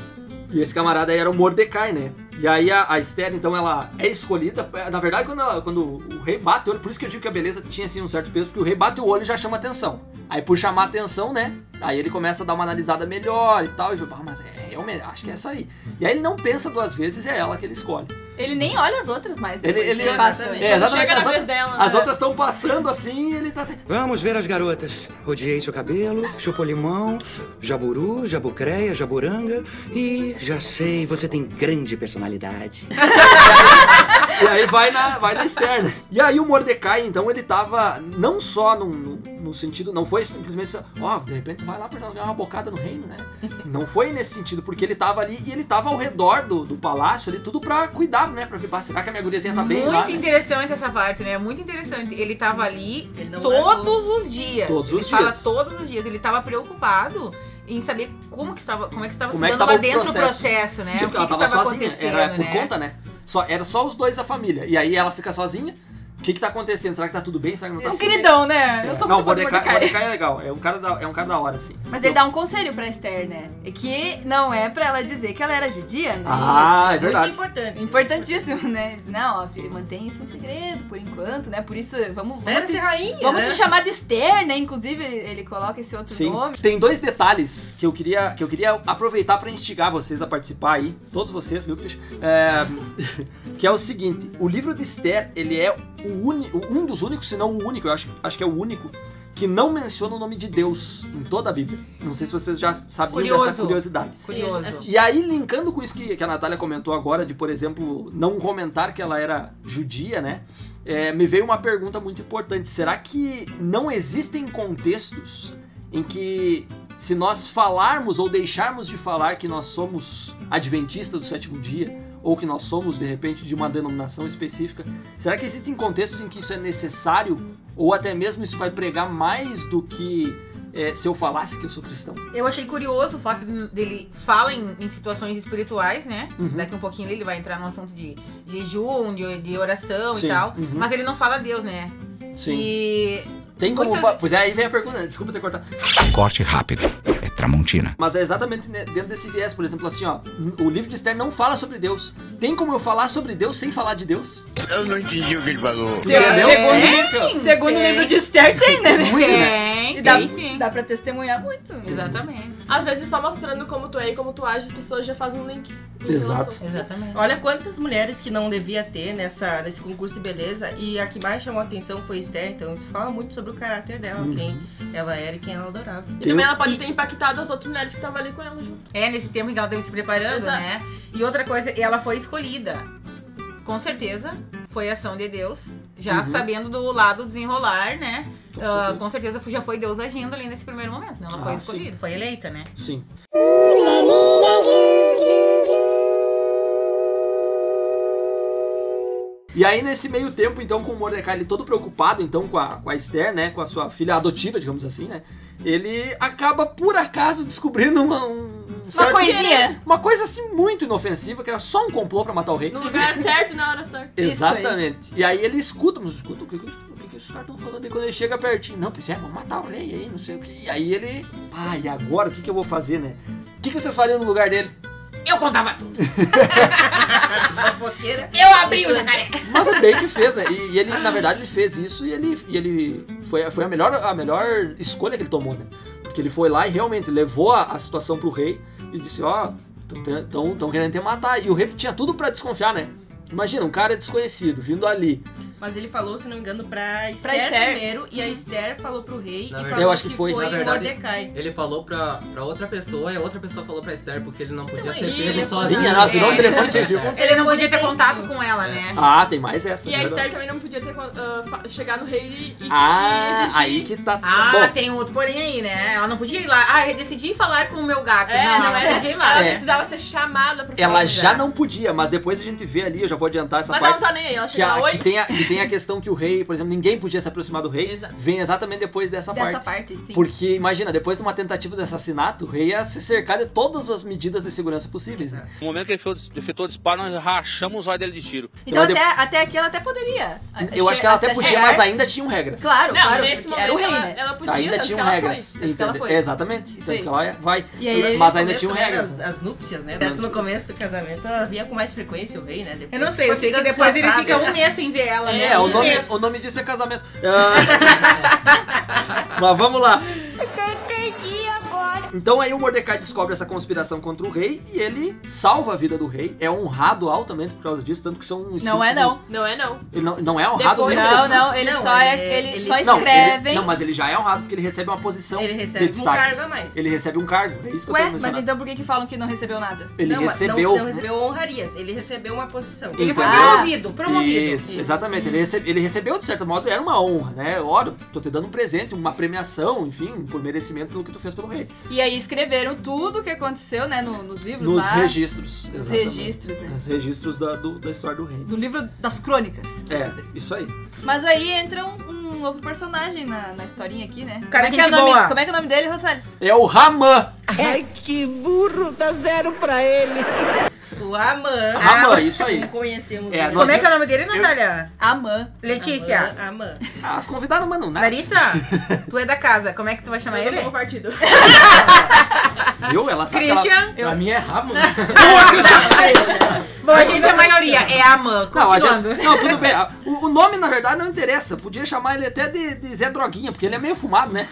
Speaker 1: E esse camarada aí era o Mordecai, né? E aí a, a Esther, então, ela é escolhida. Na verdade, quando, ela- quando o rei bate o olho, por isso que eu digo que a beleza tinha assim um certo peso, porque o rei bate o olho e já chama atenção. Aí por chamar atenção, né? Aí ele começa a dar uma analisada melhor e tal. E fala, ah, mas é, realmente, acho que é essa aí. E aí ele não pensa duas vezes e é ela que ele escolhe.
Speaker 5: Ele nem olha as outras mais
Speaker 1: Ele,
Speaker 5: depois
Speaker 1: ele
Speaker 5: que passa.
Speaker 7: exatamente.
Speaker 1: É, exatamente.
Speaker 3: Chega na
Speaker 1: as,
Speaker 3: vez
Speaker 1: outras-
Speaker 3: dela,
Speaker 1: as
Speaker 3: né?
Speaker 1: outras estão passando assim e ele tá assim.
Speaker 10: Vamos ver as garotas. Odiei seu cabelo, chupou limão, jaburu, jabucreia, jaburanga e já sei, você tem grande personalidade.
Speaker 1: E aí vai na, vai na externa. E aí o Mordecai, então, ele tava não só no, no, no sentido, não foi simplesmente, assim, ó, de repente vai lá pra dar uma bocada no reino, né? Não foi nesse sentido, porque ele tava ali e ele tava ao redor do, do palácio ali, tudo pra cuidar, né? Pra ver, "Bah, será que a minha guriazinha tá bem
Speaker 8: Muito
Speaker 1: lá? né?"
Speaker 8: interessante essa parte, né? Muito interessante. Ele tava ali
Speaker 7: Ele não
Speaker 8: todos os dias.
Speaker 1: Todos
Speaker 8: ele
Speaker 1: os
Speaker 8: fala
Speaker 1: dias.
Speaker 8: todos os dias. Ele tava preocupado em em saber como que estava, como é que estava
Speaker 1: Como é
Speaker 8: se
Speaker 1: que
Speaker 8: dando
Speaker 1: tava
Speaker 8: lá
Speaker 1: o
Speaker 8: dentro
Speaker 1: processo.
Speaker 8: do processo, né?
Speaker 1: Tipo,
Speaker 8: o que
Speaker 1: ela
Speaker 8: que
Speaker 1: tava
Speaker 8: estava
Speaker 1: sozinha,
Speaker 8: acontecendo,
Speaker 1: era por
Speaker 8: né?
Speaker 1: conta, né? Só, era só os dois, a família. E aí ela fica sozinha. O que que tá acontecendo? Será que tá tudo bem? Será que não tá
Speaker 5: É um
Speaker 1: assim?
Speaker 5: queridão, né? Eu
Speaker 1: É.
Speaker 5: sou
Speaker 1: Não,
Speaker 5: muito fã do
Speaker 1: Mordecai,
Speaker 5: Mordecai.
Speaker 1: Mordecai é legal. É um cara da, é um cara da hora, assim.
Speaker 5: Mas ele dá um conselho pra Esther, né? É Que não é pra ela dizer que ela era judia, né?
Speaker 1: Ah, é verdade.
Speaker 7: Muito importante.
Speaker 5: Importantíssimo, né? Ele diz, não, ó, filho, mantém isso um segredo por enquanto, né? Por isso, vamos,
Speaker 7: Espera
Speaker 5: vamos, te,
Speaker 7: ser rainha,
Speaker 5: vamos
Speaker 7: né?
Speaker 5: te chamar de Esther, né? Inclusive, ele, ele coloca esse outro
Speaker 1: Sim.
Speaker 5: nome.
Speaker 1: Tem dois detalhes que eu queria, que eu queria aproveitar pra instigar vocês a participar aí, todos vocês, viu, Cris? É, que é o seguinte: o livro de Esther, ele é o uni- um dos únicos, se não o único, eu acho, acho que é o único, que não menciona o nome de Deus em toda a Bíblia. Não sei se vocês já sabiam dessa
Speaker 8: Curioso.
Speaker 1: curiosidade.
Speaker 8: Curioso.
Speaker 1: E aí, linkando com isso que, que a Natália comentou agora, de, por exemplo, não comentar que ela era judia, né? É, me veio uma pergunta muito importante. Será que não existem contextos em que, se nós falarmos ou deixarmos de falar que nós somos adventistas do sétimo dia, ou que nós somos, de repente, de uma denominação específica, será que existem contextos em que isso é necessário? Ou até mesmo isso vai pregar mais do que é, se eu falasse que eu sou cristão?
Speaker 8: Eu achei curioso o fato de- dele fala em, em situações espirituais, né?
Speaker 1: Uhum.
Speaker 8: Daqui um pouquinho ele vai entrar no assunto de jejum, de, de oração
Speaker 1: Sim,
Speaker 8: e tal.
Speaker 1: uhum.
Speaker 8: Mas ele não fala a Deus, né? E
Speaker 1: Tem como.
Speaker 8: Muitas-
Speaker 1: fa- Pois é, aí vem a pergunta, né? desculpa ter cortado.
Speaker 6: Corte rápido. É Tramontina.
Speaker 1: Mas é exatamente ne- dentro desse viés, por exemplo, assim, ó. n- O livro de Esther não fala sobre Deus. Tem como eu falar sobre Deus sem falar de Deus?
Speaker 4: Eu não entendi o que ele falou.
Speaker 1: Tu entendeu?
Speaker 5: segundo-
Speaker 1: É isso que eu-
Speaker 5: Segundo o livro de Esther, tem,
Speaker 8: É.
Speaker 5: né? né?
Speaker 1: Muito, né?
Speaker 8: tem,
Speaker 5: E dá,
Speaker 8: tem sim.
Speaker 5: dá pra testemunhar muito. né?
Speaker 8: Exatamente.
Speaker 3: Às vezes só mostrando como tu é e como tu age, as pessoas já fazem um link. em
Speaker 1: Exato.
Speaker 3: relação.
Speaker 8: Exatamente.
Speaker 7: Olha quantas mulheres que não devia ter nessa, nesse concurso de beleza. E a que mais chamou a atenção foi Esther. Então isso fala muito sobre o caráter dela,
Speaker 1: Uhum.
Speaker 7: quem ela era e quem ela adorava.
Speaker 3: E também ela pode ter impactado as outras mulheres que estavam ali com ela junto.
Speaker 8: É, nesse tempo em que ela esteve se preparando,
Speaker 3: Exato.
Speaker 8: né? E outra coisa, ela foi escolhida. Com certeza, foi ação de Deus. Já
Speaker 1: Uhum.
Speaker 8: sabendo do lado desenrolar, né?
Speaker 1: Com
Speaker 8: Ah,
Speaker 1: certeza.
Speaker 8: com certeza já foi Deus agindo ali nesse primeiro momento. né? Ela
Speaker 1: Ah,
Speaker 8: foi
Speaker 1: sim.
Speaker 8: escolhida, foi eleita, né?
Speaker 1: Sim. E aí, nesse meio tempo, então, com o Mordecai ele todo preocupado, então, com a, com a Esther, né? Com a sua filha adotiva, digamos assim, né? Ele acaba, por acaso, descobrindo uma, um
Speaker 5: Uma
Speaker 1: certo-
Speaker 5: coisinha.
Speaker 1: Uma coisa, assim, muito inofensiva, que era só um complô pra matar o rei.
Speaker 3: No lugar certo e na hora certa.
Speaker 5: Isso aí.
Speaker 1: Exatamente. E aí ele escuta, mas escuta o que, que, os- o que que esses caras estão falando? E quando ele chega pertinho, não, pois é, vamos matar o rei aí, não sei o que. E aí ele, ah, e agora o que, que eu vou fazer, né? O que, que vocês fariam no lugar dele?
Speaker 8: Eu contava tudo.
Speaker 7: Fofoqueira.
Speaker 8: Eu abri o jacaré.
Speaker 1: Mas o bem que fez, né? E, e ele, na verdade, ele fez isso e ele, e ele foi, foi a, melhor, a melhor escolha que ele tomou, né? Porque ele foi lá e realmente levou a, a situação pro rei e disse, ó, estão querendo te matar. E o rei tinha tudo pra desconfiar, né? Imagina, um cara desconhecido vindo ali.
Speaker 7: Mas ele falou, se não me engano, pra Esther,
Speaker 5: Esther.
Speaker 7: primeiro. E a
Speaker 8: Uhum.
Speaker 7: Esther falou pro
Speaker 11: Na
Speaker 7: rei e
Speaker 11: verdade-
Speaker 7: falou
Speaker 1: Eu acho que
Speaker 7: que
Speaker 1: foi,
Speaker 7: foi,
Speaker 1: na
Speaker 7: o
Speaker 11: verdade-
Speaker 7: Mordecai.
Speaker 11: Ele falou pra, pra outra pessoa e a outra pessoa falou pra Esther porque ele não podia
Speaker 7: Não,
Speaker 11: ser
Speaker 7: e
Speaker 11: pego
Speaker 7: ele
Speaker 11: sozinho.
Speaker 1: Vinha, nossa, virou um
Speaker 8: É.
Speaker 1: telefone sem fio.
Speaker 8: Ele não podia ter
Speaker 7: Telefone
Speaker 8: contato
Speaker 7: sem
Speaker 8: com ela,
Speaker 11: É.
Speaker 8: né?
Speaker 1: Ah, tem mais essa.
Speaker 3: E a
Speaker 1: né?
Speaker 3: Esther também não podia ter ah, fa- chegar no rei e, e
Speaker 1: Ah,
Speaker 3: e
Speaker 1: aí que tá.
Speaker 8: Ah,
Speaker 1: Bom,
Speaker 8: tem outro porém aí, né? Ela não podia ir lá. Ah, eu decidi falar com o meu gato.
Speaker 3: É,
Speaker 8: não,
Speaker 3: não,
Speaker 8: ela não
Speaker 3: era.
Speaker 8: podia ir lá.
Speaker 3: Ela
Speaker 1: É.
Speaker 3: precisava ser chamada pro
Speaker 1: ela
Speaker 3: fora.
Speaker 1: já não podia, mas depois a gente vê ali, eu já vou adiantar essa
Speaker 3: Mas ela
Speaker 1: parte.
Speaker 3: não tá nem aí, ela
Speaker 1: que,
Speaker 3: chega
Speaker 1: a,
Speaker 3: lá, oi.
Speaker 1: que, tem a, que tem a questão que o rei, por exemplo, ninguém podia se aproximar do rei.
Speaker 3: Exato.
Speaker 1: Vem exatamente depois dessa,
Speaker 5: Dessa parte, sim.
Speaker 1: Porque, imagina, depois de uma tentativa de assassinato, o rei ia se cercar de todas as medidas de segurança possíveis, né?
Speaker 2: No momento que ele efetuou o disparo, nós rachamos o olho dele de tiro.
Speaker 5: Então,
Speaker 1: Então,
Speaker 5: até, até aqui ela até poderia.
Speaker 1: Eu acho que ela até podia,
Speaker 5: chegar.
Speaker 1: mas ainda tinham regras.
Speaker 5: é Claro,
Speaker 3: Não,
Speaker 5: claro.
Speaker 3: nesse
Speaker 5: porque
Speaker 3: momento
Speaker 5: era o rei,
Speaker 3: ela, é
Speaker 5: né?
Speaker 3: ela podia,
Speaker 1: ainda
Speaker 3: tanto que
Speaker 1: tinham
Speaker 3: ela
Speaker 1: regras.
Speaker 3: foi.
Speaker 5: Tanto que ela
Speaker 1: entende?
Speaker 5: foi.
Speaker 1: Exatamente.
Speaker 5: Isso
Speaker 1: Tanto
Speaker 5: aí.
Speaker 1: que ela vai.
Speaker 5: E aí ele-
Speaker 1: mas
Speaker 7: No
Speaker 1: ainda
Speaker 7: começo,
Speaker 1: tinham
Speaker 7: né, era
Speaker 1: regras.
Speaker 7: As,
Speaker 1: né?
Speaker 7: as núpcias, né?
Speaker 1: Menos-
Speaker 7: No começo do casamento, ela via com mais frequência o rei, né? Depois
Speaker 8: Eu não sei,
Speaker 7: foi
Speaker 8: eu sei que
Speaker 7: ficando
Speaker 8: depois ele
Speaker 7: desfasado,
Speaker 8: fica
Speaker 7: né?
Speaker 8: um mês sem ver ela, né?
Speaker 1: É, o
Speaker 8: Um
Speaker 1: nome,
Speaker 8: mês.
Speaker 1: o nome disso é casamento. Ah, mas vamos lá.
Speaker 9: entendi agora.
Speaker 1: Então aí o Mordecai descobre essa conspiração contra o rei e ele salva a vida do rei. É honrado altamente por causa disso, tanto que são escritos-
Speaker 5: Não é, não.
Speaker 3: Não é não.
Speaker 1: Ele não, não é honrado
Speaker 3: Depois-
Speaker 1: mesmo.
Speaker 5: Não, não, ele
Speaker 7: Não,
Speaker 5: só é.
Speaker 7: ele-
Speaker 5: Ele,
Speaker 7: ele-
Speaker 5: só
Speaker 1: Não,
Speaker 5: escreve.
Speaker 1: ele- não, mas ele já é honrado porque ele recebe uma posição
Speaker 7: Ele
Speaker 1: de
Speaker 7: recebe um
Speaker 1: destaque.
Speaker 7: cargo a mais.
Speaker 1: Ele recebe um cargo, é isso que eu
Speaker 5: Ué,
Speaker 1: tô
Speaker 5: mas
Speaker 1: mencionando.
Speaker 5: então por que que falam que não recebeu nada?
Speaker 1: ele
Speaker 7: não,
Speaker 1: recebeu. um
Speaker 7: Não, não recebeu honrarias, ele recebeu uma posição.
Speaker 8: Ele foi
Speaker 1: Entendeu?
Speaker 8: promovido, promovido.
Speaker 1: Isso, Hum. exatamente. Ele, recebe- ele recebeu, de certo modo, era uma honra, né? Olha, tô te dando um presente, uma premiação, enfim, por merecimento pelo que tu fez pelo rei.
Speaker 5: E aí escreveram tudo o que aconteceu, né, no- nos livros
Speaker 1: Nos
Speaker 5: lá.
Speaker 1: registros.
Speaker 5: Nos
Speaker 1: exatamente.
Speaker 5: registros, né?
Speaker 1: Nos registros da, do- da história do rei.
Speaker 5: No livro das crônicas. quer
Speaker 1: É,
Speaker 5: dizer.
Speaker 1: isso aí.
Speaker 5: Mas aí entra um, um novo personagem na, na historinha aqui, né? como,
Speaker 7: cara
Speaker 5: é que é o
Speaker 7: gente
Speaker 5: nome,
Speaker 7: boa.
Speaker 5: como é que é o nome dele, Rosales?
Speaker 1: É o Raman.
Speaker 2: Ai, que burro, dá zero pra ele.
Speaker 7: O Aman.
Speaker 1: Raman, isso aí.
Speaker 7: Não conhecemos.
Speaker 1: É,
Speaker 7: ele.
Speaker 1: nós-
Speaker 8: Como é que é o nome dele, Natália?
Speaker 5: Amã.
Speaker 8: Letícia.
Speaker 7: Aman, é? Aman.
Speaker 1: Ah, as convidaram, mas não, nada.
Speaker 8: Larissa, tu é da casa, como é que tu vai chamar
Speaker 3: Eu
Speaker 8: ele?
Speaker 3: não tomo partido.
Speaker 1: Viu? Ela sabe que ela-
Speaker 8: Christian.
Speaker 11: Pra mim é Ramon.
Speaker 8: Bom, a gente é a maioria, é a Amã.
Speaker 1: Não, a gente-
Speaker 8: Continuando.
Speaker 1: não, tudo bem. Ah, O, o nome, na verdade, não interessa. Podia chamar ele até de, de Zé Droguinha, porque ele é meio fumado, né?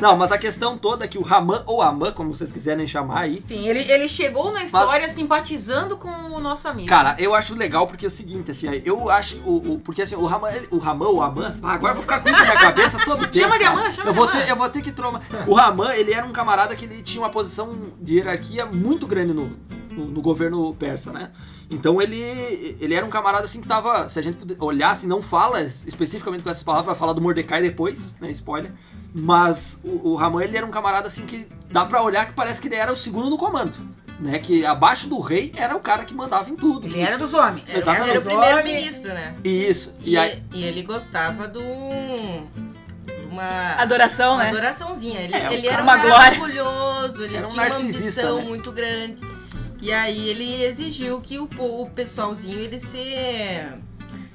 Speaker 1: não, mas a questão toda é que o Raman ou Aman, como vocês quiserem chamar aí,
Speaker 8: Sim, ele, ele chegou na história simpatizando com o nosso amigo. né?
Speaker 1: Cara, eu acho legal porque é o seguinte, assim, aí, eu acho. O, o- porque assim, o Raman, ele- o Raman, o Aman, ah, agora eu vou ficar com isso na minha cabeça todo tempo.
Speaker 8: de
Speaker 1: cara.
Speaker 8: Aman, chama
Speaker 1: eu
Speaker 8: de
Speaker 1: vou
Speaker 8: Aman.
Speaker 1: Ter, eu vou ter que tromar. O Raman, ele era um camarada que ele tinha uma posição de hierarquia muito grande no, no, no governo persa, né? Então ele, ele era um camarada assim que tava. Se a gente puder- olhasse, não fala especificamente com essas palavras, vai falar do Mordecai depois, né? Spoiler. Mas o, o Raman, ele era um camarada assim que dá pra olhar que parece que ele era o segundo no comando. Né, que abaixo do rei era o cara que mandava em tudo.
Speaker 8: Ele
Speaker 1: que-
Speaker 8: era dos homens.
Speaker 1: É, Exatamente.
Speaker 7: Era o primeiro-ministro, né?
Speaker 1: isso. E,
Speaker 7: E,
Speaker 1: aí.
Speaker 7: e ele gostava do. de uma.
Speaker 5: Adoração,
Speaker 7: uma
Speaker 5: né?
Speaker 7: adoraçãozinha. Ele,
Speaker 1: É,
Speaker 7: ele
Speaker 1: o
Speaker 7: era um
Speaker 5: cara-
Speaker 7: cara
Speaker 5: Uma glória.
Speaker 7: orgulhoso, ele
Speaker 1: Era um
Speaker 7: tinha uma
Speaker 1: narcisista,
Speaker 7: ambição
Speaker 1: né?
Speaker 7: muito grande. E aí ele exigiu que o, po- o pessoalzinho ele se.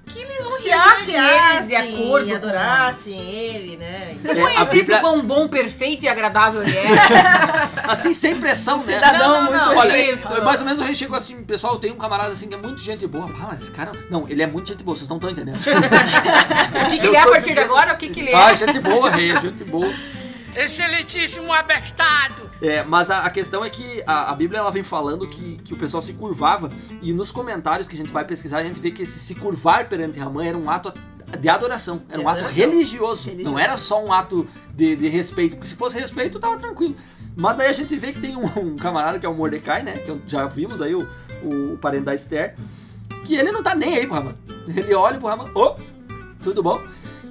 Speaker 8: Que eles anunciassem ele de
Speaker 7: adorassem,
Speaker 8: acordo. com-
Speaker 7: adorassem ele, né?
Speaker 1: É, a
Speaker 8: Reconhecesse
Speaker 1: Bíblia-
Speaker 8: o quão bom, perfeito e agradável ele é.
Speaker 1: Assim, sem pressão, né?
Speaker 5: cidadão
Speaker 8: Não, não,
Speaker 5: muito
Speaker 8: não,
Speaker 1: Olha,
Speaker 8: Isso.
Speaker 1: foi mais ou menos o rei chegou assim, pessoal, tem um camarada assim que é muito gente boa. Ah, mas esse cara. Não, ele é muito gente boa, vocês não estão entendendo.
Speaker 8: O que, que ele é a partir de agora? O que, que ele é?
Speaker 1: ah, gente boa, rei, gente boa. É, mas a, a questão é que a, a Bíblia ela vem falando que, que o pessoal se curvava, e nos comentários que a gente vai pesquisar, a gente vê que esse se curvar perante Ramã era um ato de adoração, era um ato religioso, não era só um ato de, de respeito, porque se fosse respeito tava tranquilo. Mas daí a gente vê que tem um, um camarada que é o Mordecai, né? Que eu- já vimos aí o, o, parente da Esther, que ele não tá nem aí pro Ramã. Ele olha pro Ramã, ô, tudo bom?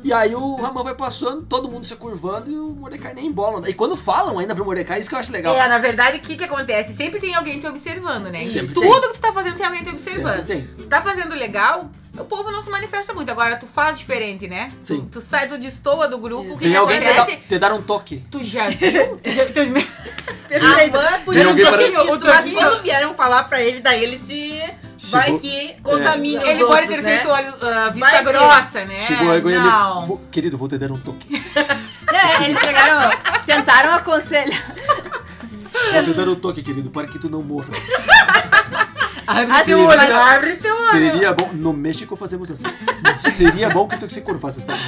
Speaker 1: E aí o Ramã vai passando, todo mundo se curvando e o Mordecai nem embola. E quando falam ainda pro Mordecai, isso que eu acho legal.
Speaker 8: É, na verdade, o que, que acontece? Sempre tem alguém te observando, né? Em
Speaker 1: Sempre
Speaker 8: Tudo que tu tá fazendo tem alguém te
Speaker 1: Sempre
Speaker 8: observando.
Speaker 1: tem.
Speaker 8: Tu tá fazendo legal, o povo não se manifesta muito. Agora, tu faz diferente, né?
Speaker 1: Sim.
Speaker 8: Tu, tu sai, tu destoa do grupo, o que,
Speaker 1: Vem
Speaker 8: que
Speaker 1: alguém te dar,
Speaker 8: acontece?
Speaker 1: te dar um toque.
Speaker 8: Tu já viu? tu já, tu...
Speaker 7: A mãe
Speaker 1: Tem
Speaker 7: podia
Speaker 1: alguém
Speaker 7: ter
Speaker 1: para-
Speaker 7: visto,
Speaker 8: O
Speaker 7: mas
Speaker 8: Toquinho-
Speaker 7: quando vieram falar pra ele, daí ele se. Vai
Speaker 1: Chegou-
Speaker 7: que contamina os
Speaker 8: É. Ele pode
Speaker 7: outros,
Speaker 8: ter
Speaker 7: né?
Speaker 8: feito olho, ah, vista
Speaker 7: Vai que-
Speaker 8: grossa, né?
Speaker 1: Chegou a vergonha
Speaker 8: Não.
Speaker 1: ali. "Vou- Querido, vou te dar um toque.
Speaker 5: É, eles chegaram, tentaram aconselhar.
Speaker 1: Vou te dar um toque, querido, para que tu não morras.
Speaker 8: Abre
Speaker 1: Seria-
Speaker 8: teu olho, abre teu olho.
Speaker 1: Seria bom. No México fazemos assim. Seria bom que tu se curvasses pra mim.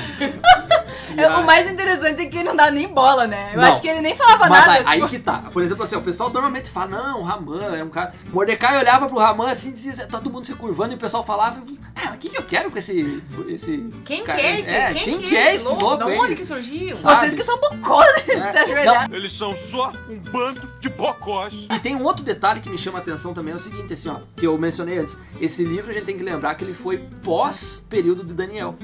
Speaker 5: É, O mais interessante é que ele não dá nem bola, né? Eu
Speaker 1: Não.
Speaker 5: acho que ele nem falava
Speaker 1: Mas
Speaker 5: nada.
Speaker 1: aí,
Speaker 5: tipo,
Speaker 1: aí que tá. Por exemplo, assim, o pessoal normalmente fala, não, o Raman é um cara. Mordecai olhava pro Raman assim, dizia, tá todo mundo se curvando, e o pessoal falava, ah, mas o que, que eu quero com esse. esse
Speaker 8: Quem
Speaker 1: cara-
Speaker 8: que é esse?
Speaker 1: É, quem, que é esse louco?
Speaker 8: Da
Speaker 1: aí?
Speaker 8: onde que surgiu?
Speaker 1: Sabe?
Speaker 5: Vocês que são bocó, né?
Speaker 1: É.
Speaker 5: Se ajoelhar.
Speaker 4: Eles são só um bando de bocós.
Speaker 1: E tem um outro detalhe que me chama a atenção também, é o seguinte, assim, ó, que eu mencionei antes. Esse livro a gente tem que lembrar que ele foi pós-período de Daniel.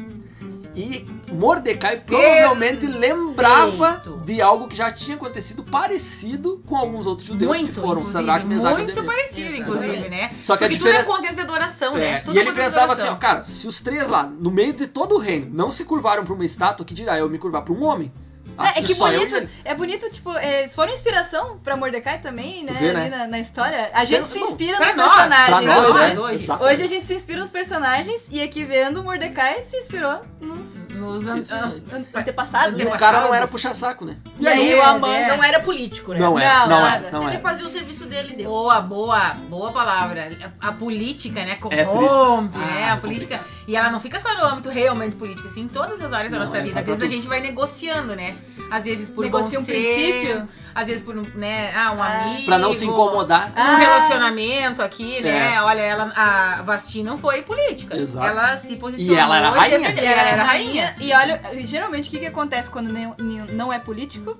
Speaker 1: E Mordecai provavelmente lembrava de algo que já tinha acontecido parecido com alguns outros judeus
Speaker 8: Muito,
Speaker 1: que foram
Speaker 8: inclusive,
Speaker 1: Sadraque, Mesaque e
Speaker 8: Muito
Speaker 1: Abednego.
Speaker 8: parecido, inclusive, né?
Speaker 1: Só que a
Speaker 8: Porque
Speaker 1: diferença-
Speaker 8: tudo é contexto de adoração, né?
Speaker 1: É,
Speaker 8: Tudo
Speaker 1: e ele
Speaker 8: é contexto de
Speaker 1: pensava assim,
Speaker 8: adoração.
Speaker 1: ó, cara, se os três lá, no meio de todo o reino, não se curvaram pra uma estátua, que dirá eu me curvar pra um homem?
Speaker 5: É, é
Speaker 1: Aqui
Speaker 5: que
Speaker 1: só eu e
Speaker 5: bonito,
Speaker 1: ele.
Speaker 5: é bonito, tipo, eles foram inspiração pra Mordecai também, né?
Speaker 1: Tu vê, né?
Speaker 5: ali na, na história. A
Speaker 1: Cê-
Speaker 5: gente se
Speaker 1: não,
Speaker 5: inspira
Speaker 8: pra
Speaker 5: nos
Speaker 8: nós,
Speaker 1: Pra
Speaker 5: personagens
Speaker 8: nós,
Speaker 5: hoje.
Speaker 1: nós,
Speaker 5: né?
Speaker 1: né?
Speaker 8: hoje.
Speaker 1: Exatamente.
Speaker 5: Hoje a gente se inspira nos personagens e aqui vendo Mordecai se inspirou nos
Speaker 8: Nos an-
Speaker 1: Isso.
Speaker 8: an-
Speaker 5: an- antepassados.
Speaker 1: E
Speaker 5: né?
Speaker 1: o cara não era puxa-saco, né?
Speaker 5: E aí o Amanda.
Speaker 7: Não era político, né?
Speaker 1: Não
Speaker 5: Não,
Speaker 1: é, não
Speaker 5: nada.
Speaker 1: é, não
Speaker 7: Ele
Speaker 1: é.
Speaker 7: fazia o serviço dele e deu.
Speaker 8: Boa, boa, boa palavra. A, a política, né? Corrompe,
Speaker 1: É triste.
Speaker 8: né?
Speaker 1: Ah,
Speaker 8: a política. E ela não fica só no âmbito realmente político, assim, em todas as áreas da
Speaker 1: Não,
Speaker 8: nossa
Speaker 1: é
Speaker 8: vida. Às
Speaker 1: pra
Speaker 8: vezes a
Speaker 1: tudo.
Speaker 8: gente vai negociando, né? Às vezes por
Speaker 5: Negocia
Speaker 8: bom
Speaker 5: um
Speaker 8: senso,
Speaker 5: princípio.
Speaker 8: Às vezes por, um, né? Ah, um
Speaker 5: Ah.
Speaker 8: amigo.
Speaker 1: Pra não se incomodar.
Speaker 8: Um
Speaker 5: Ah.
Speaker 8: relacionamento aqui, né?
Speaker 1: É.
Speaker 8: Olha, ela, a Vasti não foi política.
Speaker 1: Exato.
Speaker 8: Ela se posicionou.
Speaker 1: ela é era
Speaker 8: e
Speaker 1: rainha.
Speaker 8: defendeu. Ela era rainha.
Speaker 5: E olha, geralmente o que, que acontece quando nem- nem- não é político?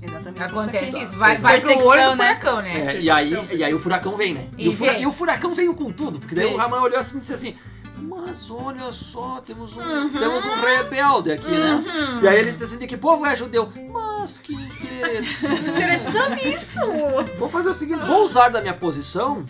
Speaker 5: Exatamente
Speaker 8: Acontece
Speaker 5: isso. é aqui.
Speaker 8: é isso. Vai, vai pro
Speaker 5: Perseguição,
Speaker 8: olho do
Speaker 5: né?
Speaker 8: furacão, né?
Speaker 1: É, e, aí, e aí o furacão vem, né? E,
Speaker 8: E
Speaker 1: o, fura-
Speaker 8: vem.
Speaker 1: e o furacão veio com tudo, porque daí
Speaker 8: Vem.
Speaker 1: o Raman olhou assim e disse assim: Mas olha só, temos um,
Speaker 8: Uhum.
Speaker 1: temos um rebelde aqui, né? E aí ele disse assim: De que povo é judeu? Mas que interessante.
Speaker 8: Interessante isso!
Speaker 1: Vou fazer o seguinte: vou usar da minha posição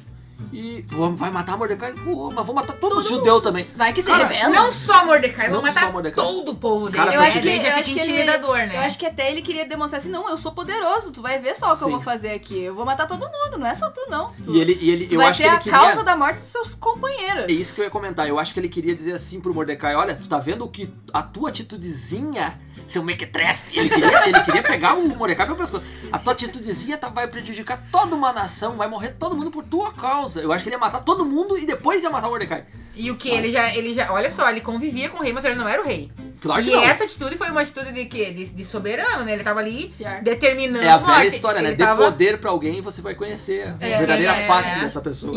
Speaker 1: E vamos- vai matar Mordecai? Vou, mas vou matar todo, judeu também.
Speaker 5: Vai que se
Speaker 1: Cara,
Speaker 5: rebela.
Speaker 8: Ah, Não só Mordecai,
Speaker 1: Não
Speaker 8: vou
Speaker 1: só
Speaker 8: matar
Speaker 1: Mordecai.
Speaker 8: todo o povo dele.
Speaker 1: Cara,
Speaker 5: É Eu acho,
Speaker 1: porque
Speaker 5: que,
Speaker 1: é
Speaker 8: Ele já
Speaker 5: eu,
Speaker 8: fica
Speaker 5: acho que ele,
Speaker 8: intimidador, né?
Speaker 5: eu acho que até ele queria demonstrar assim, não, eu sou poderoso, tu vai ver só o que eu
Speaker 1: Sim.
Speaker 5: vou fazer aqui. Eu vou matar todo mundo, não é só tu, não. Tu,
Speaker 1: E ele, e ele
Speaker 5: tu
Speaker 1: eu
Speaker 5: vai
Speaker 1: acho
Speaker 5: ser
Speaker 1: que ele
Speaker 5: a
Speaker 1: queria.
Speaker 5: causa da morte dos seus companheiros.
Speaker 1: É isso que eu ia comentar. Eu acho que ele queria dizer assim pro Mordecai: olha, tu tá vendo que a tua atitudezinha, seu mequetrefe. Ele queria, ele queria pegar o Mordecai pelo pescoço. A tua atitudezinha tá, vai prejudicar toda uma nação, vai morrer todo mundo por tua causa. Eu acho que ele ia matar todo mundo e depois ia matar o Mordecai.
Speaker 8: E o que ele já, ele já. Olha só, ele convivia com o rei, mas ele não era o rei.
Speaker 1: Claro que
Speaker 8: e
Speaker 1: não.
Speaker 8: essa atitude foi uma atitude de quê? De, de soberano, né? Ele tava ali
Speaker 5: Pior.
Speaker 8: determinando.
Speaker 1: É a
Speaker 8: morte.
Speaker 1: velha história, né?
Speaker 8: Ele
Speaker 1: De
Speaker 8: tava-
Speaker 1: poder pra alguém, você vai conhecer a
Speaker 5: É,
Speaker 1: verdadeira
Speaker 5: é,
Speaker 1: face
Speaker 8: é.
Speaker 1: dessa pessoa.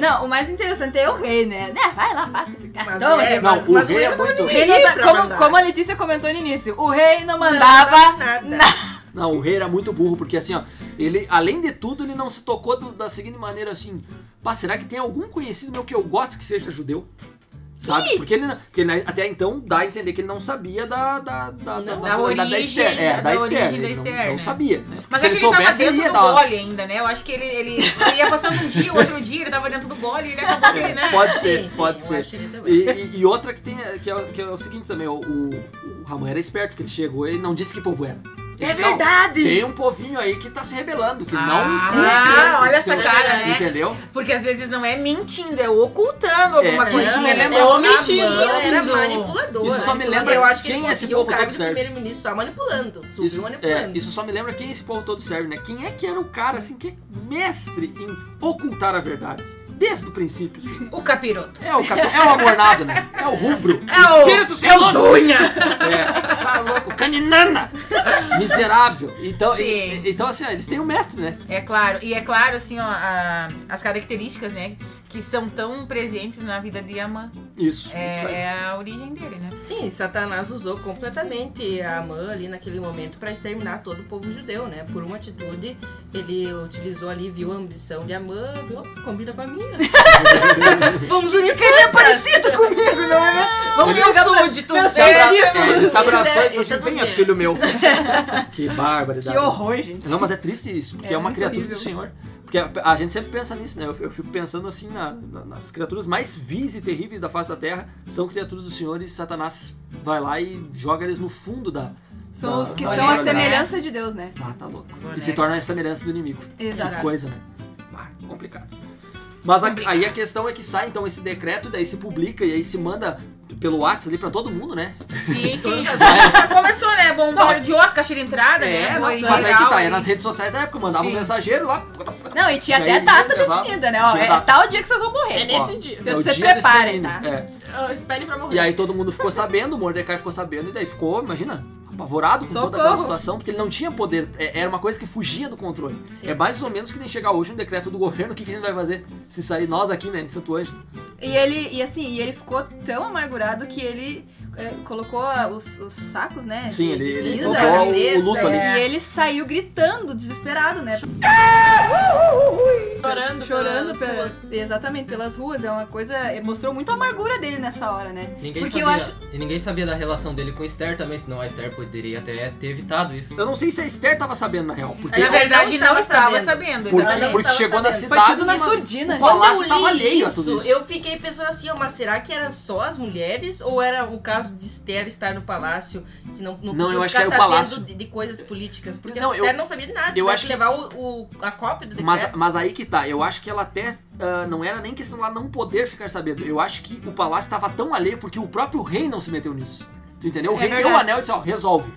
Speaker 5: Não, o mais interessante é o rei, né? Né, vai lá, faz. o que tu quer.
Speaker 8: Mas
Speaker 5: Toma,
Speaker 8: é,
Speaker 5: rei.
Speaker 1: Não,
Speaker 8: mas-
Speaker 1: o
Speaker 8: mas
Speaker 1: rei é
Speaker 8: não tava
Speaker 1: muito-
Speaker 8: nem
Speaker 5: Ele não
Speaker 8: aí
Speaker 5: tá-
Speaker 8: pra
Speaker 5: como,
Speaker 8: mandar.
Speaker 5: como a Letícia comentou no início, o rei não
Speaker 7: Não,
Speaker 5: mandava
Speaker 7: nada.
Speaker 1: Não, o rei era muito burro, porque assim, ó, ele, além de tudo, ele não se tocou do- da seguinte maneira assim. Pá, será que tem algum conhecido meu que eu gosto que seja judeu? Sabe? Porque ele, não- porque ele até então dá a entender que ele não sabia da. Da, da,
Speaker 8: Não,
Speaker 1: da,
Speaker 8: da origem,
Speaker 1: Esther. É, da,
Speaker 8: da
Speaker 1: Esther.
Speaker 8: origem
Speaker 1: ele
Speaker 8: da
Speaker 1: não-
Speaker 8: Esther,
Speaker 1: Não,
Speaker 8: né?
Speaker 1: sabia. né?
Speaker 8: Mas
Speaker 1: Se
Speaker 8: é
Speaker 1: ele
Speaker 8: que ele tava
Speaker 1: soubesse, ele
Speaker 8: dentro
Speaker 1: ia
Speaker 8: do
Speaker 1: dar. uma-
Speaker 8: gole ainda, né? Eu acho que ele, ele, ele ia passando um dia, outro dia, ele tava dentro do gole e ele acabou que ele, né?
Speaker 1: É, Pode ser,
Speaker 7: Sim,
Speaker 1: pode
Speaker 7: eu
Speaker 1: ser.
Speaker 7: acho ele também.
Speaker 1: E, e- e outra que, tem, que, é, que é o seguinte também, o, o, o Ramon era esperto, porque ele chegou e não disse que povo era. Ele
Speaker 5: É
Speaker 1: disse, "Não,
Speaker 5: verdade!
Speaker 1: Tem um povinho aí que tá se rebelando, que
Speaker 8: Ah,
Speaker 1: não cumpre
Speaker 8: olha
Speaker 1: esse
Speaker 8: essa
Speaker 1: teu-
Speaker 8: cara, né?
Speaker 1: Entendeu?
Speaker 8: Porque às vezes não é mentindo, é ocultando alguma
Speaker 1: É,
Speaker 8: coisinha.
Speaker 1: isso me
Speaker 8: né?
Speaker 1: lembra
Speaker 8: É
Speaker 1: muito
Speaker 8: omitindo.
Speaker 7: Ela era manipuladora.
Speaker 1: Isso só me lembra
Speaker 7: um Eu acho que
Speaker 1: quem
Speaker 7: ele
Speaker 1: é esse
Speaker 7: conseguiu
Speaker 1: povo
Speaker 7: o cargo
Speaker 1: que
Speaker 7: de
Speaker 1: serve.
Speaker 7: primeiro-ministro só manipulando.
Speaker 8: um
Speaker 7: Subiu
Speaker 1: Isso, é,
Speaker 7: manipulando.
Speaker 1: isso só me lembra quem esse povo todo serve, né? Quem é que era o cara, assim, que é mestre em ocultar a verdade? Desde o princípio, assim.
Speaker 8: O capiroto.
Speaker 1: É o, capi- é o amornado, né? É o rubro.
Speaker 8: É o-
Speaker 1: espírito sem
Speaker 8: é o
Speaker 1: luz.
Speaker 8: Dunha.
Speaker 1: É, tá louco. Caninana. Miserável. Então, e-
Speaker 8: Sim.
Speaker 1: então assim, ó, eles têm um mestre, né?
Speaker 8: É claro, e é claro, assim, ó, a- as características, né, que são tão presentes na vida de Yaman.
Speaker 1: Isso. isso aí.
Speaker 8: É, é a origem dele, né?
Speaker 7: Sim, Satanás usou completamente a Amã ali naquele momento pra exterminar todo o povo judeu, né? Por uma atitude, ele utilizou ali, viu a ambição de Amã, viu, "Oh, combina com a minha. Vamos unir forças.
Speaker 5: parecido comigo, não é? Vamos
Speaker 8: Meu
Speaker 5: jogar pra-
Speaker 8: súdito,
Speaker 5: meu
Speaker 1: Se abra-
Speaker 5: súdito.
Speaker 1: é, ele se abraçou e disse
Speaker 7: Esse
Speaker 1: assim,
Speaker 7: é do
Speaker 1: venha
Speaker 7: meu."
Speaker 1: filho meu. Que bárbaro.
Speaker 5: Que horror, gente.
Speaker 1: Não, mas é triste isso, porque é,
Speaker 5: É
Speaker 1: uma
Speaker 5: muito
Speaker 1: criatura
Speaker 5: horrível.
Speaker 1: do Senhor. Porque a, a gente sempre pensa nisso, né? Eu, eu fico pensando assim na- na- nas criaturas mais vis e terríveis da face da Terra são criaturas do Senhor e Satanás vai lá e joga eles no fundo da. da-
Speaker 5: São os que
Speaker 1: da
Speaker 5: são a
Speaker 1: realidade.
Speaker 5: semelhança de Deus, né?
Speaker 1: Ah, tá louco. E
Speaker 8: Boneco.
Speaker 1: se torna a semelhança do inimigo. Que
Speaker 5: Exato.
Speaker 1: coisa, né? Ah, complicado. Mas a- aí a questão é que sai então esse decreto, daí se publica e aí se manda pelo WhatsApp ali pra todo mundo, né?
Speaker 8: Sim, sim. tá Começou, né, bombardeou as caixas de entrada,
Speaker 1: É,
Speaker 8: né?
Speaker 1: mas,
Speaker 8: foi
Speaker 1: mas aí que
Speaker 8: geral,
Speaker 1: tá, é
Speaker 8: e-
Speaker 1: nas redes sociais da época, mandava um
Speaker 8: Sim.
Speaker 1: mensageiro lá.
Speaker 5: Não, e tinha
Speaker 1: E
Speaker 5: até
Speaker 1: aí,
Speaker 5: data
Speaker 1: levava-
Speaker 5: definida, né? Ó,
Speaker 1: tinha
Speaker 5: é
Speaker 1: data.
Speaker 5: tal dia que vocês vão
Speaker 3: É
Speaker 5: morrer.
Speaker 3: nesse dia.
Speaker 5: Vocês
Speaker 1: o
Speaker 5: se
Speaker 1: dia do
Speaker 5: preparem, tá?
Speaker 1: extermínio, é.
Speaker 3: Ah, espere pra morrer.
Speaker 1: E aí todo mundo ficou sabendo, o Mordecai ficou sabendo, e daí ficou, imagina, apavorado com toda
Speaker 5: Socorro.
Speaker 1: aquela situação, porque ele não tinha poder, é- era uma coisa que fugia do controle. É mais ou menos que nem chegar hoje um decreto do governo, o que, que a gente vai fazer? Se sair nós aqui, né, em Santo Ângelo.
Speaker 5: E ele, e assim, e ele ficou tão amargurado que ele eh, colocou a- os, os sacos, né?
Speaker 1: Sim,
Speaker 5: de-
Speaker 1: ele,
Speaker 5: de
Speaker 1: ele
Speaker 5: cinza. né?
Speaker 1: causou o, o luto ali.
Speaker 5: E ele saiu gritando, desesperado, né?
Speaker 3: Chorando,
Speaker 5: Chorando
Speaker 3: pelas
Speaker 5: pelas, exatamente pelas ruas. É uma coisa. eh, Mostrou muito a amargura dele nessa hora, né?
Speaker 11: Ninguém
Speaker 5: Porque eu
Speaker 11: sabia, E ninguém sabia da relação dele com Esther também, senão a Esther poderia até ter evitado isso.
Speaker 1: Eu não sei se a Esther tava sabendo, na real, porque,
Speaker 8: Na
Speaker 7: Ela
Speaker 8: verdade,
Speaker 7: não
Speaker 8: não
Speaker 7: estava
Speaker 8: estava sabendo.
Speaker 1: porque,
Speaker 7: É, ela não
Speaker 8: exatamente.
Speaker 1: porque
Speaker 7: estava
Speaker 1: chegou na
Speaker 7: sabendo.
Speaker 5: Foi
Speaker 1: cidade,
Speaker 5: tudo na
Speaker 1: mas
Speaker 5: surdina,
Speaker 1: o
Speaker 5: né?
Speaker 1: palácio
Speaker 7: Quando eu
Speaker 1: tava
Speaker 7: li
Speaker 1: alheio a tudo isso.
Speaker 7: Eu fiquei pensando assim, ó, mas será que era só as mulheres? Ou era o caso de Esther estar no palácio? Que não, não,
Speaker 1: Não,
Speaker 7: podia
Speaker 1: eu acho
Speaker 7: ficar
Speaker 1: que era o
Speaker 7: sabendo
Speaker 1: palácio.
Speaker 7: De, de coisas políticas. Porque
Speaker 1: Não, eu-
Speaker 7: Esther não sabia de nada.
Speaker 1: eu
Speaker 7: Ela
Speaker 1: acho
Speaker 7: tinha levar o, o- a cópia do decreto.
Speaker 1: Mas, mas aí que tá, eu acho que ela até ah, não era nem questão lá não poder ficar sabendo. Eu acho que o palácio tava tão alheio porque o próprio rei não se meteu nisso. Tu entendeu? O
Speaker 5: É
Speaker 1: rei deu o
Speaker 5: verdade.
Speaker 1: anel e disse, ó, resolve.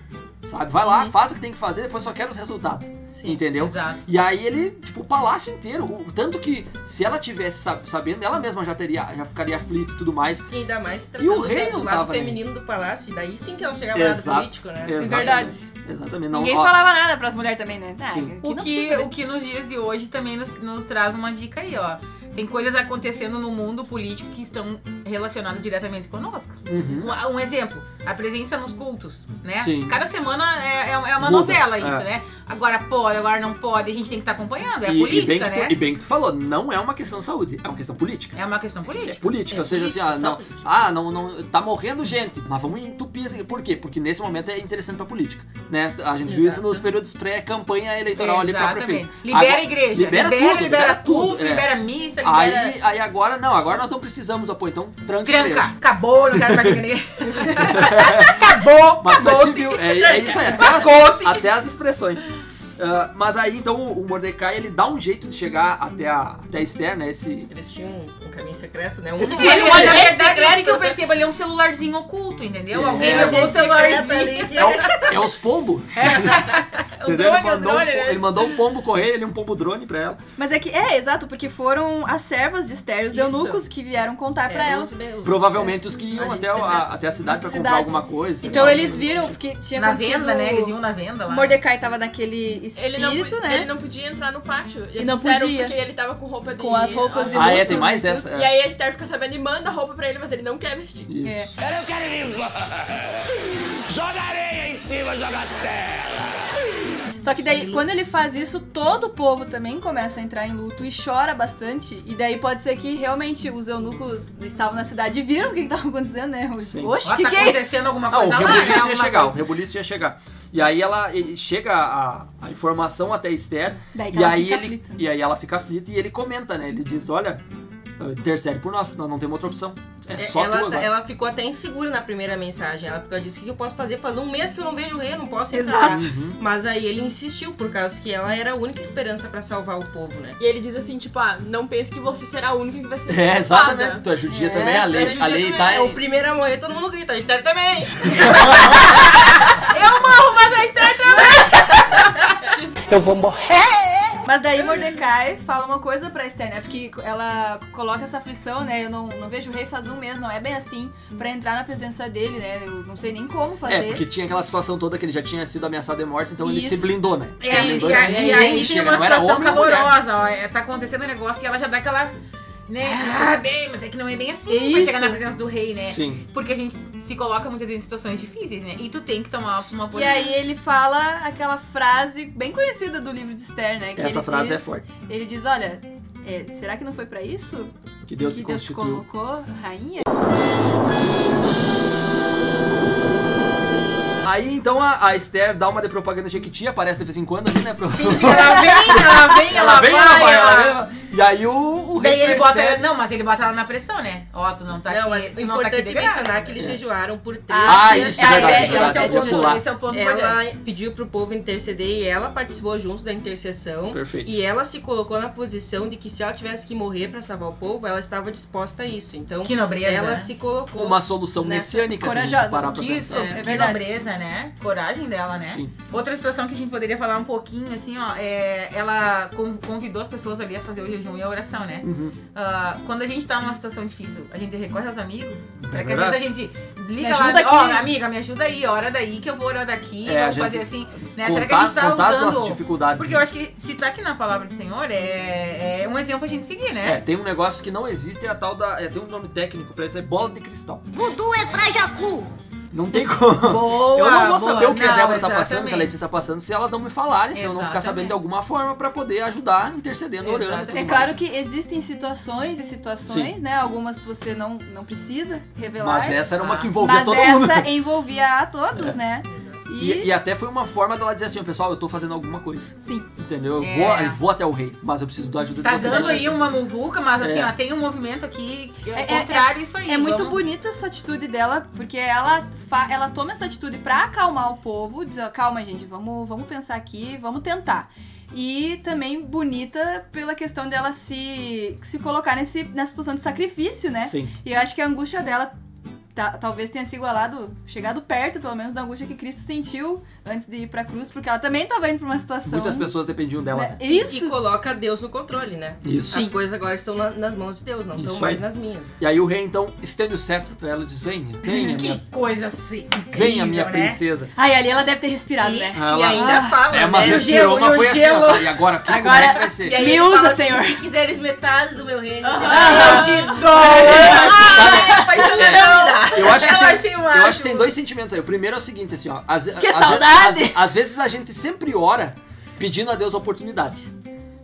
Speaker 1: Sabe? Vai lá, faz o que tem que fazer, depois só quero os resultados.
Speaker 7: Sim,
Speaker 1: entendeu?
Speaker 8: Exato.
Speaker 1: E aí ele, tipo, o palácio inteiro. o- tanto que se ela tivesse sab- sabendo, ela mesma já teria, já ficaria aflita e tudo mais.
Speaker 7: E ainda mais se
Speaker 1: E o
Speaker 7: tratando
Speaker 1: rei
Speaker 7: do
Speaker 1: não
Speaker 7: lado
Speaker 1: tava nem.
Speaker 7: feminino do palácio, e daí sim que ela chegava ao
Speaker 1: Exato.
Speaker 7: lado político, né?
Speaker 1: Exatamente.
Speaker 5: verdade.
Speaker 1: Exatamente. Não,
Speaker 5: Ninguém
Speaker 1: ó,
Speaker 5: falava nada pras mulheres também, né? Ah,
Speaker 1: Sim.
Speaker 5: não
Speaker 8: O que,
Speaker 5: precisa ver.
Speaker 8: o que nos dias de hoje também nos, nos traz uma dica aí, ó. Tem coisas acontecendo no mundo político que estão relacionadas diretamente conosco.
Speaker 1: Uhum.
Speaker 8: Um, um exemplo, a presença nos cultos, né?
Speaker 1: Sim.
Speaker 8: Cada semana é, é- é
Speaker 1: Muda,
Speaker 8: uma novela isso,
Speaker 1: é.
Speaker 8: né? Agora pode, agora não pode, a gente tem que estar acompanhando, é a
Speaker 1: e, e bem
Speaker 8: política,
Speaker 1: que tu,
Speaker 8: né?
Speaker 1: e bem que tu falou, não é uma questão de saúde, é uma questão política.
Speaker 8: É uma questão
Speaker 1: É
Speaker 8: política.
Speaker 1: política,
Speaker 8: É
Speaker 1: ou seja, assim,
Speaker 8: política,
Speaker 1: ah,
Speaker 8: só
Speaker 1: não, ah não, não, tá morrendo gente, mas vamos entupir. Assim, por quê? Porque nesse momento é interessante pra política, né? A gente viu isso nos períodos pré-campanha eleitoral É ali pra prefeito.
Speaker 8: Libera
Speaker 1: Agora-
Speaker 8: a igreja, libera, libera,
Speaker 1: tudo,
Speaker 8: culto,
Speaker 1: é.
Speaker 8: libera missa, libera.
Speaker 1: Aí, aí agora não, agora nós não precisamos do apoio, então tranca. a
Speaker 8: Tranca,
Speaker 1: igreja.
Speaker 8: acabou, não quero mais que ninguém. acabou,
Speaker 1: Mas pra
Speaker 8: acabou.
Speaker 1: ti, viu? É, é isso aí, até as,
Speaker 8: Marcou-se.
Speaker 1: até as expressões. Ah, mas aí então o o Mordecai ele dá um jeito de chegar até a, até a Esther, né? Esse,
Speaker 7: Eles tinham um, um caminho secreto, né?
Speaker 1: É.
Speaker 7: Um
Speaker 8: Ele,
Speaker 7: um-
Speaker 8: na verdade,
Speaker 7: secreto,
Speaker 8: ele que eu
Speaker 7: né?
Speaker 8: percebo, ele é um celularzinho oculto, entendeu?
Speaker 1: É.
Speaker 8: Alguém
Speaker 1: É,
Speaker 8: levou o
Speaker 7: gente secreta um ali né?
Speaker 8: celularzinho.
Speaker 7: que-
Speaker 1: é, o- é os pombos. Entendeu? ele,
Speaker 8: drone,
Speaker 1: mandou
Speaker 8: o
Speaker 1: um
Speaker 8: drone,
Speaker 1: po-
Speaker 8: né?
Speaker 1: ele mandou um pombo correr, ele um pombo drone pra ela.
Speaker 5: Mas é que, é, exato, porque foram as servas de Esther, os
Speaker 7: Isso.
Speaker 5: eunucos que vieram contar pra
Speaker 7: É,
Speaker 5: ela.
Speaker 7: os- os-
Speaker 1: Provavelmente os que iam
Speaker 7: gente
Speaker 1: até o- a,
Speaker 7: secretos.
Speaker 1: até a cidade pra comprar
Speaker 5: Cidade.
Speaker 1: alguma coisa.
Speaker 5: Então
Speaker 1: né?
Speaker 5: eles viram, porque tinha
Speaker 8: Na
Speaker 5: acontecido-
Speaker 8: venda, né? Eles iam na venda lá.
Speaker 5: Mordecai tava naquele espírito,
Speaker 3: Ele não, pu-
Speaker 5: né?
Speaker 3: ele não podia entrar no pátio. E,
Speaker 5: E não
Speaker 3: disseram
Speaker 5: podia.
Speaker 3: Porque ele tava com roupa de
Speaker 5: Com as roupas de
Speaker 1: Ah, é,
Speaker 5: luto,
Speaker 1: tem mais
Speaker 5: né,
Speaker 1: essa.
Speaker 3: E aí a Esther fica sabendo e manda a roupa pra ele, mas ele não quer vestir.
Speaker 1: Isso.
Speaker 5: É.
Speaker 2: Eu não quero ir embora. Joga areia em cima, joga terra.
Speaker 5: Só que daí, quando ele faz isso, todo o povo também começa a entrar em luto e chora bastante. E daí pode ser que realmente os eunucos estavam na cidade e viram o que, que tava acontecendo, né?
Speaker 1: Sim.
Speaker 5: Oxe,
Speaker 8: Ó,
Speaker 5: o que,
Speaker 8: tá
Speaker 5: que é isso?
Speaker 8: acontecendo alguma
Speaker 1: Não, Ah, o
Speaker 8: coisa lá, né?
Speaker 1: rebuliço ia
Speaker 8: Alguma
Speaker 1: chegar, o
Speaker 8: coisa.
Speaker 1: rebuliço ia chegar. E aí ela ele chega a, a informação até a Esther,
Speaker 5: Daí que
Speaker 1: e
Speaker 5: ela
Speaker 1: aí,
Speaker 5: fica
Speaker 1: ele,
Speaker 5: aflita.
Speaker 1: e aí ela fica aflita e ele comenta, né? Ele diz, olha, eh, intercede por nós, nós não temos outra opção. É,
Speaker 7: É,
Speaker 1: só
Speaker 7: ela,
Speaker 1: tu agora.
Speaker 7: ela ficou até insegura na primeira mensagem. Ela porque ela disse: O que que eu posso fazer? Faz um mês que eu não vejo o rei, eu não posso entrar.
Speaker 5: Exato.
Speaker 1: Uhum.
Speaker 7: Mas aí ele insistiu, por causa que ela era a única esperança pra salvar o povo, né?
Speaker 3: E ele diz assim, tipo, ah, não pense que você será a única que vai ser
Speaker 1: É,
Speaker 3: culpada.
Speaker 1: exatamente. Tu é judia também, a lei,
Speaker 3: é
Speaker 1: a
Speaker 3: judia
Speaker 1: lei
Speaker 3: também,
Speaker 1: tá...
Speaker 7: É o primeiro a morrer, todo mundo grita, a Esther também!
Speaker 8: Eu morro, mas a Esther tá
Speaker 5: Mas daí Mordecai fala uma coisa pra Esther, né? Porque ela coloca essa aflição, né? Eu não, não vejo o rei faz um mês, não é bem assim, pra entrar na presença dele, né? Eu não sei nem como fazer.
Speaker 1: É, porque tinha aquela situação toda que ele já tinha sido ameaçado de morte, então ele se
Speaker 5: Isso.
Speaker 1: blindou, né?
Speaker 8: É,
Speaker 1: se
Speaker 8: e,
Speaker 1: blindou,
Speaker 8: a-
Speaker 1: assim,
Speaker 8: e
Speaker 1: ninguém
Speaker 8: aí tem
Speaker 1: chega,
Speaker 8: uma
Speaker 1: não era
Speaker 8: situação
Speaker 1: homem ou mulher.
Speaker 8: calorosa, ó. é, Tá acontecendo um negócio e ela já dá aquela. Né? Ah, bem, mas é que não é bem assim pra
Speaker 5: Isso.
Speaker 8: chegar na presença do rei, né?
Speaker 1: Sim.
Speaker 8: Porque a gente se coloca muitas vezes em situações difíceis, né? E tu tem que tomar uma
Speaker 5: E
Speaker 8: posição.
Speaker 5: aí ele fala aquela frase bem conhecida do livro de Esther, né? Que
Speaker 1: Essa
Speaker 5: ele
Speaker 1: frase
Speaker 5: diz-
Speaker 1: é forte.
Speaker 5: Ele diz, olha, é, será que não foi pra isso?
Speaker 1: Que Deus te
Speaker 5: que Deus te
Speaker 1: constituiu.
Speaker 5: colocou, rainha?
Speaker 1: Aí então a, a Esther dá uma de propaganda Jequiti, aparece de vez em quando ali, né? pro-
Speaker 7: Assim,
Speaker 8: Ela vem, ela vem, ela,
Speaker 1: Ela vem, ela vai,
Speaker 8: ela-
Speaker 1: ela vem. E aí o, o rei
Speaker 8: Daí ele bota.
Speaker 1: percebe-
Speaker 8: Não, mas ele bota ela na pressão, né? Ó, tu não tá
Speaker 7: não, mas
Speaker 8: aqui.
Speaker 7: o
Speaker 8: Tu não tá aqui
Speaker 7: importante
Speaker 8: de
Speaker 7: é
Speaker 8: graça.
Speaker 7: mencionar que eles jejuaram por três
Speaker 1: né? Ah,
Speaker 7: dias.
Speaker 1: isso
Speaker 8: É,
Speaker 1: é
Speaker 8: a
Speaker 1: verdade,
Speaker 8: ideia- esse, é
Speaker 1: verdade,
Speaker 8: o
Speaker 1: ia
Speaker 8: ponto,
Speaker 1: pular.
Speaker 8: esse é o ponto importante.
Speaker 7: Ela pediu pro povo interceder e ela participou junto da intercessão.
Speaker 1: Perfeito.
Speaker 7: E ela se colocou na posição de que se ela tivesse que morrer pra salvar o povo, ela estava disposta a isso. Então,
Speaker 8: Que nobreza.
Speaker 7: ela
Speaker 8: né?
Speaker 7: se colocou.
Speaker 1: uma solução
Speaker 7: Nessa-
Speaker 1: messiânica, se a gente
Speaker 5: Corajosa.
Speaker 1: parar pra
Speaker 8: Que isso,
Speaker 1: pensar.
Speaker 5: É
Speaker 8: que
Speaker 5: verdade.
Speaker 8: nobreza, né? Coragem dela, né?
Speaker 1: Sim.
Speaker 8: Outra situação que a gente poderia falar um pouquinho, assim, ó, é, ela con- convidou as pessoas ali a fazer o jejum e a oração, né?
Speaker 1: Uhum.
Speaker 8: Ah, quando a gente tá numa situação difícil, a gente recorre aos amigos. Pra que às
Speaker 1: É verdade.
Speaker 8: vezes a gente
Speaker 5: Me
Speaker 8: liga lá,
Speaker 5: ajuda
Speaker 8: ó,
Speaker 5: aqui.
Speaker 8: amiga, me ajuda aí, ora daí que eu vou orar daqui,
Speaker 1: É, a
Speaker 8: vamos
Speaker 1: gente
Speaker 8: fazer assim, né? Será que a
Speaker 1: Contar,
Speaker 8: gente tá
Speaker 1: contar as
Speaker 8: usando-
Speaker 1: nossas dificuldades. né?
Speaker 8: Porque eu acho que se tá aqui na palavra do Senhor, é, é um exemplo pra gente seguir,
Speaker 1: É,
Speaker 8: né?
Speaker 1: tem um negócio que não existe, é a tal da. É, tem um nome técnico pra isso, é bola de cristal.
Speaker 9: Vudu é pra Jacu.
Speaker 1: Não tem como.
Speaker 8: Boa,
Speaker 1: eu não vou
Speaker 8: boa.
Speaker 1: saber o que a
Speaker 8: Não,
Speaker 1: Débora tá passando, o que a
Speaker 8: exatamente.
Speaker 1: Letícia tá passando, se elas não me falarem, se eu não ficar
Speaker 8: Exatamente.
Speaker 1: sabendo de alguma forma pra poder ajudar, intercedendo, orando e tudo
Speaker 5: É
Speaker 8: Exatamente.
Speaker 5: claro que existem situações e situações, né? Algumas você não, não precisa
Speaker 1: mais.
Speaker 5: revelar.
Speaker 1: Mas essa era uma que envolvia
Speaker 5: Mas
Speaker 1: todo mundo.
Speaker 5: essa envolvia a todos, né?
Speaker 1: E,
Speaker 5: E,
Speaker 1: e até foi uma forma dela dizer assim, pessoal, eu tô fazendo alguma coisa.
Speaker 5: sim,
Speaker 1: Entendeu? Eu,
Speaker 8: É.
Speaker 1: vou, eu vou até o rei, mas eu preciso da ajuda
Speaker 8: Tá
Speaker 1: de vocês.
Speaker 8: dando aí uma muvuca, mas assim,
Speaker 1: É.
Speaker 8: ó, tem um movimento aqui que é,
Speaker 5: É- é-
Speaker 8: contrário a isso aí.
Speaker 5: é muito
Speaker 8: vamos-
Speaker 5: bonita essa atitude dela, porque ela, fa- ela toma essa atitude pra acalmar o povo, dizer, ó, calma, gente, vamos, vamos pensar aqui, vamos tentar. E também bonita pela questão dela se, se colocar nesse, nessa posição de sacrifício, né?
Speaker 1: Sim.
Speaker 5: E eu acho que a angústia dela ta- talvez tenha se igualado, chegado perto, pelo menos, da angústia que Cristo sentiu antes de ir pra cruz, porque ela também tava indo pra uma situação.
Speaker 1: Muitas pessoas dependiam dela. né?
Speaker 5: Isso!
Speaker 7: E coloca Deus no controle, né?
Speaker 1: Isso.
Speaker 7: As coisas agora estão na- nas mãos de Deus, não estão
Speaker 1: Isso
Speaker 7: mais
Speaker 1: aí.
Speaker 7: nas minhas.
Speaker 1: E aí o rei então estende o cetro pra ela e diz: Venha, venha, minha,
Speaker 8: Coisa assim.
Speaker 1: venha, minha
Speaker 8: né?
Speaker 1: princesa. Ah,
Speaker 5: Ai, ali ela deve ter respirado, né?
Speaker 1: Ela-
Speaker 7: fala,
Speaker 1: É, mas
Speaker 7: né? E o
Speaker 1: respirou,
Speaker 7: gelo,
Speaker 1: mas
Speaker 7: e o
Speaker 1: foi assim.
Speaker 7: gelo.
Speaker 1: ó, E agora, que, como é que vai ser?
Speaker 7: e aí
Speaker 5: Me
Speaker 7: ele
Speaker 5: usa,
Speaker 7: fala assim,
Speaker 5: Senhor.
Speaker 7: se quiseres metade do meu reino,
Speaker 5: Aham.
Speaker 7: eu te dou. Ah, é paixão
Speaker 1: Eu acho, que
Speaker 7: eu
Speaker 1: tem,
Speaker 7: achei
Speaker 1: eu
Speaker 7: o
Speaker 1: acho que tem dois sentimentos aí. O primeiro é o seguinte, assim, ó. Às,
Speaker 5: Que
Speaker 1: às-
Speaker 5: saudade!
Speaker 1: às- às vezes a gente sempre ora pedindo a Deus a oportunidade.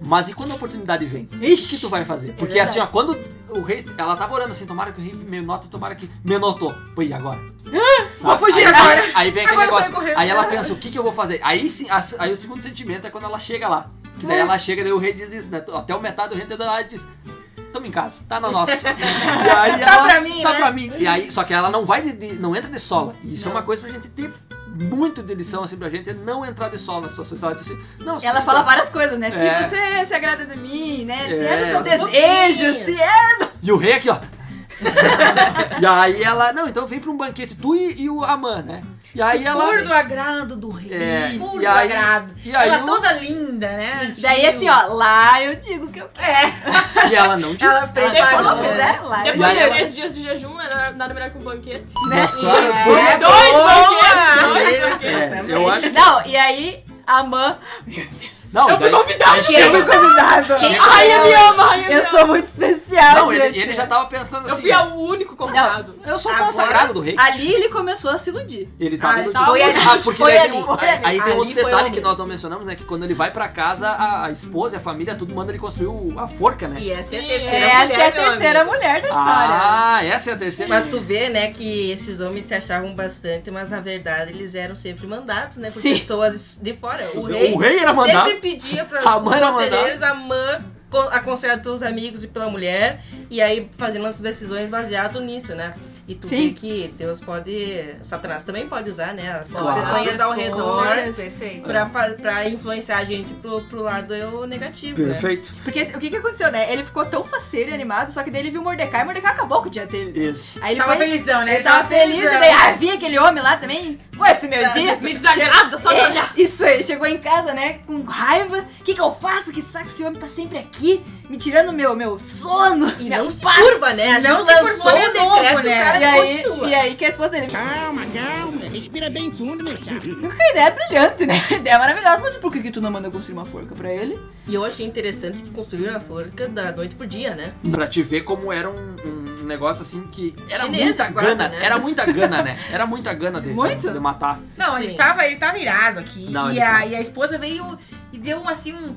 Speaker 1: Mas e quando a oportunidade vem? O que tu vai fazer? Porque
Speaker 5: é verdade.
Speaker 1: assim, ó, quando o rei. Ela tava orando assim, tomara que o rei me nota, tomara que. Me notou. Pô, e agora? Sabe?
Speaker 5: vou fugir
Speaker 1: aí,
Speaker 5: agora.
Speaker 1: Aí, aí vem aquele
Speaker 5: Agora eu saio
Speaker 1: negócio.
Speaker 5: correndo.
Speaker 1: Aí ela pensa, o que, que eu vou fazer? Aí sim, a- aí o segundo sentimento é quando ela chega lá. Que
Speaker 5: É.
Speaker 1: daí ela chega, daí o rei diz isso, né? Até o metade do rei da diz. Tamo em casa, tá na nossa. E aí
Speaker 7: Tá pra mim,
Speaker 1: Tá
Speaker 7: né?
Speaker 1: pra mim. E aí, só que ela não vai de, de- não entra de sola. E isso é uma coisa pra gente ter muito de lição, assim, pra gente é não entrar de sola na situação. Ela disse, não, se
Speaker 5: Ela
Speaker 1: tu-
Speaker 5: fala várias coisas, né? Se
Speaker 1: É.
Speaker 5: você se agrada de mim, né? Se
Speaker 1: É,
Speaker 5: é, do seu
Speaker 1: uns
Speaker 5: desejo,
Speaker 7: pouquinhos.
Speaker 5: se é.
Speaker 1: E o rei aqui, ó. e aí ela, não, então vem pra um banquete, tu e, e o Aman, né? E aí ela.
Speaker 8: Puro do agrado do rei.
Speaker 1: É,
Speaker 8: Puro
Speaker 1: e
Speaker 8: do
Speaker 1: aí-
Speaker 8: agrado.
Speaker 1: e aí
Speaker 8: ela
Speaker 1: o-
Speaker 8: toda linda, né?
Speaker 5: Daí assim, ó, lá eu digo que eu quero.
Speaker 1: E ela não disse.
Speaker 7: Ela
Speaker 5: Quando
Speaker 7: preparou.
Speaker 5: eu
Speaker 3: é,
Speaker 5: fizer, lá eu
Speaker 1: E
Speaker 3: Depois
Speaker 1: aí
Speaker 3: de
Speaker 1: ela-
Speaker 3: 10 dias de jejum, né, nada nada melhor que um banquete.
Speaker 1: Mas claro, foi-
Speaker 7: É,
Speaker 3: Dois
Speaker 7: boa!
Speaker 3: banquetes, dois
Speaker 7: Meu
Speaker 3: banquetes.
Speaker 1: é, eu acho.
Speaker 5: digo. Não, e aí a mãe.
Speaker 1: Não, eu fui convidado, eu fui convidado.
Speaker 3: Rainha me ama, rainha me
Speaker 5: Eu
Speaker 3: ama.
Speaker 5: sou muito especial,
Speaker 1: Não,
Speaker 5: gente.
Speaker 1: ele, ele já tava pensando
Speaker 3: Eu
Speaker 1: assim.
Speaker 3: fui o único convidado.
Speaker 1: Eu sou o consagrado do rei.
Speaker 5: Ali ele começou a se iludir.
Speaker 1: Ele tava
Speaker 7: Ah,
Speaker 1: iludido.
Speaker 7: tá, foi ali,
Speaker 1: Ah, porque
Speaker 7: foi
Speaker 1: daí tem,
Speaker 7: ali,
Speaker 1: um-
Speaker 7: foi
Speaker 1: aí, aí tem
Speaker 7: ali.
Speaker 1: outro
Speaker 7: Ali foi
Speaker 1: detalhe
Speaker 7: o
Speaker 1: que nós não mencionamos, né? Que quando ele vai pra casa, a, a esposa, a família, todo mundo ele construiu o- a forca, né?
Speaker 7: E essa é a
Speaker 3: Sim,
Speaker 7: terceira
Speaker 5: Essa
Speaker 7: mulher,
Speaker 5: é a
Speaker 7: meu amigo.
Speaker 5: terceira mulher da história.
Speaker 1: Ah, essa é a terceira.
Speaker 7: Mas tu vê, né, que esses homens se achavam bastante, mas na verdade eles eram sempre mandados, né, por
Speaker 5: Sim.
Speaker 7: pessoas de fora. O
Speaker 1: vê,
Speaker 7: rei,
Speaker 1: o rei era mandado.
Speaker 7: sempre pedia para
Speaker 1: A
Speaker 7: os
Speaker 1: mãe era mandada.
Speaker 7: conselheiros, a mãe co- aconselhada pelos amigos e pela mulher, e aí fazendo as decisões baseado nisso, né. E tu
Speaker 5: Sim.
Speaker 7: vê que Deus pode, Satanás também pode usar, né, as
Speaker 1: Claro.
Speaker 7: pessoas ao
Speaker 5: Com
Speaker 7: redor
Speaker 5: certeza.
Speaker 8: Perfeito.
Speaker 7: pra, fa- pra influenciar a gente pro, pro lado eu negativo, né.
Speaker 1: Perfeito.
Speaker 5: Porque o que que aconteceu, né? Ele ficou tão faceiro e animado, só que daí ele viu Mordecai e Mordecai acabou com o dia dele.
Speaker 1: Isso.
Speaker 5: Aí ele
Speaker 8: tava
Speaker 5: foi...
Speaker 8: felizão, né?
Speaker 5: Ele tava feliz e
Speaker 8: felizão.
Speaker 5: daí, ah, vi aquele homem lá também. Foi esse meu dia.
Speaker 3: Me desagrada só de
Speaker 5: É,
Speaker 3: olhar.
Speaker 5: Isso aí, chegou em casa, né, com raiva. O que que eu faço? Que saco esse homem tá sempre aqui, me tirando meu, meu sono,
Speaker 7: E
Speaker 5: minha
Speaker 7: não se
Speaker 5: paz.
Speaker 7: curva, né? A gente
Speaker 8: Não se
Speaker 7: lançou
Speaker 8: curvou de
Speaker 7: o
Speaker 8: novo,
Speaker 7: decreto e
Speaker 8: né?
Speaker 7: o cara
Speaker 5: é E aí,
Speaker 7: continua.
Speaker 5: e é- aí que a esposa dele,
Speaker 2: Calma, calma. Respira bem fundo, meu chapa.
Speaker 5: nunca ideia é brilhante, né? A ideia é maravilhosa, mas por que que tu não manda construir uma forca pra ele?
Speaker 7: E eu achei interessante que construíram a forca da noite pro dia, né?
Speaker 1: Pra te ver como era um, um negócio assim que. Era
Speaker 7: Chineses
Speaker 1: muita
Speaker 7: quase,
Speaker 1: gana,
Speaker 7: né?
Speaker 1: era muita gana, né? Era muita gana dele.
Speaker 5: Muito?
Speaker 1: De matar.
Speaker 8: Não,
Speaker 7: Sim.
Speaker 8: ele tava, ele tava irado aqui.
Speaker 1: Não, ele
Speaker 8: e, a,
Speaker 1: tava.
Speaker 8: e a esposa veio e deu assim um,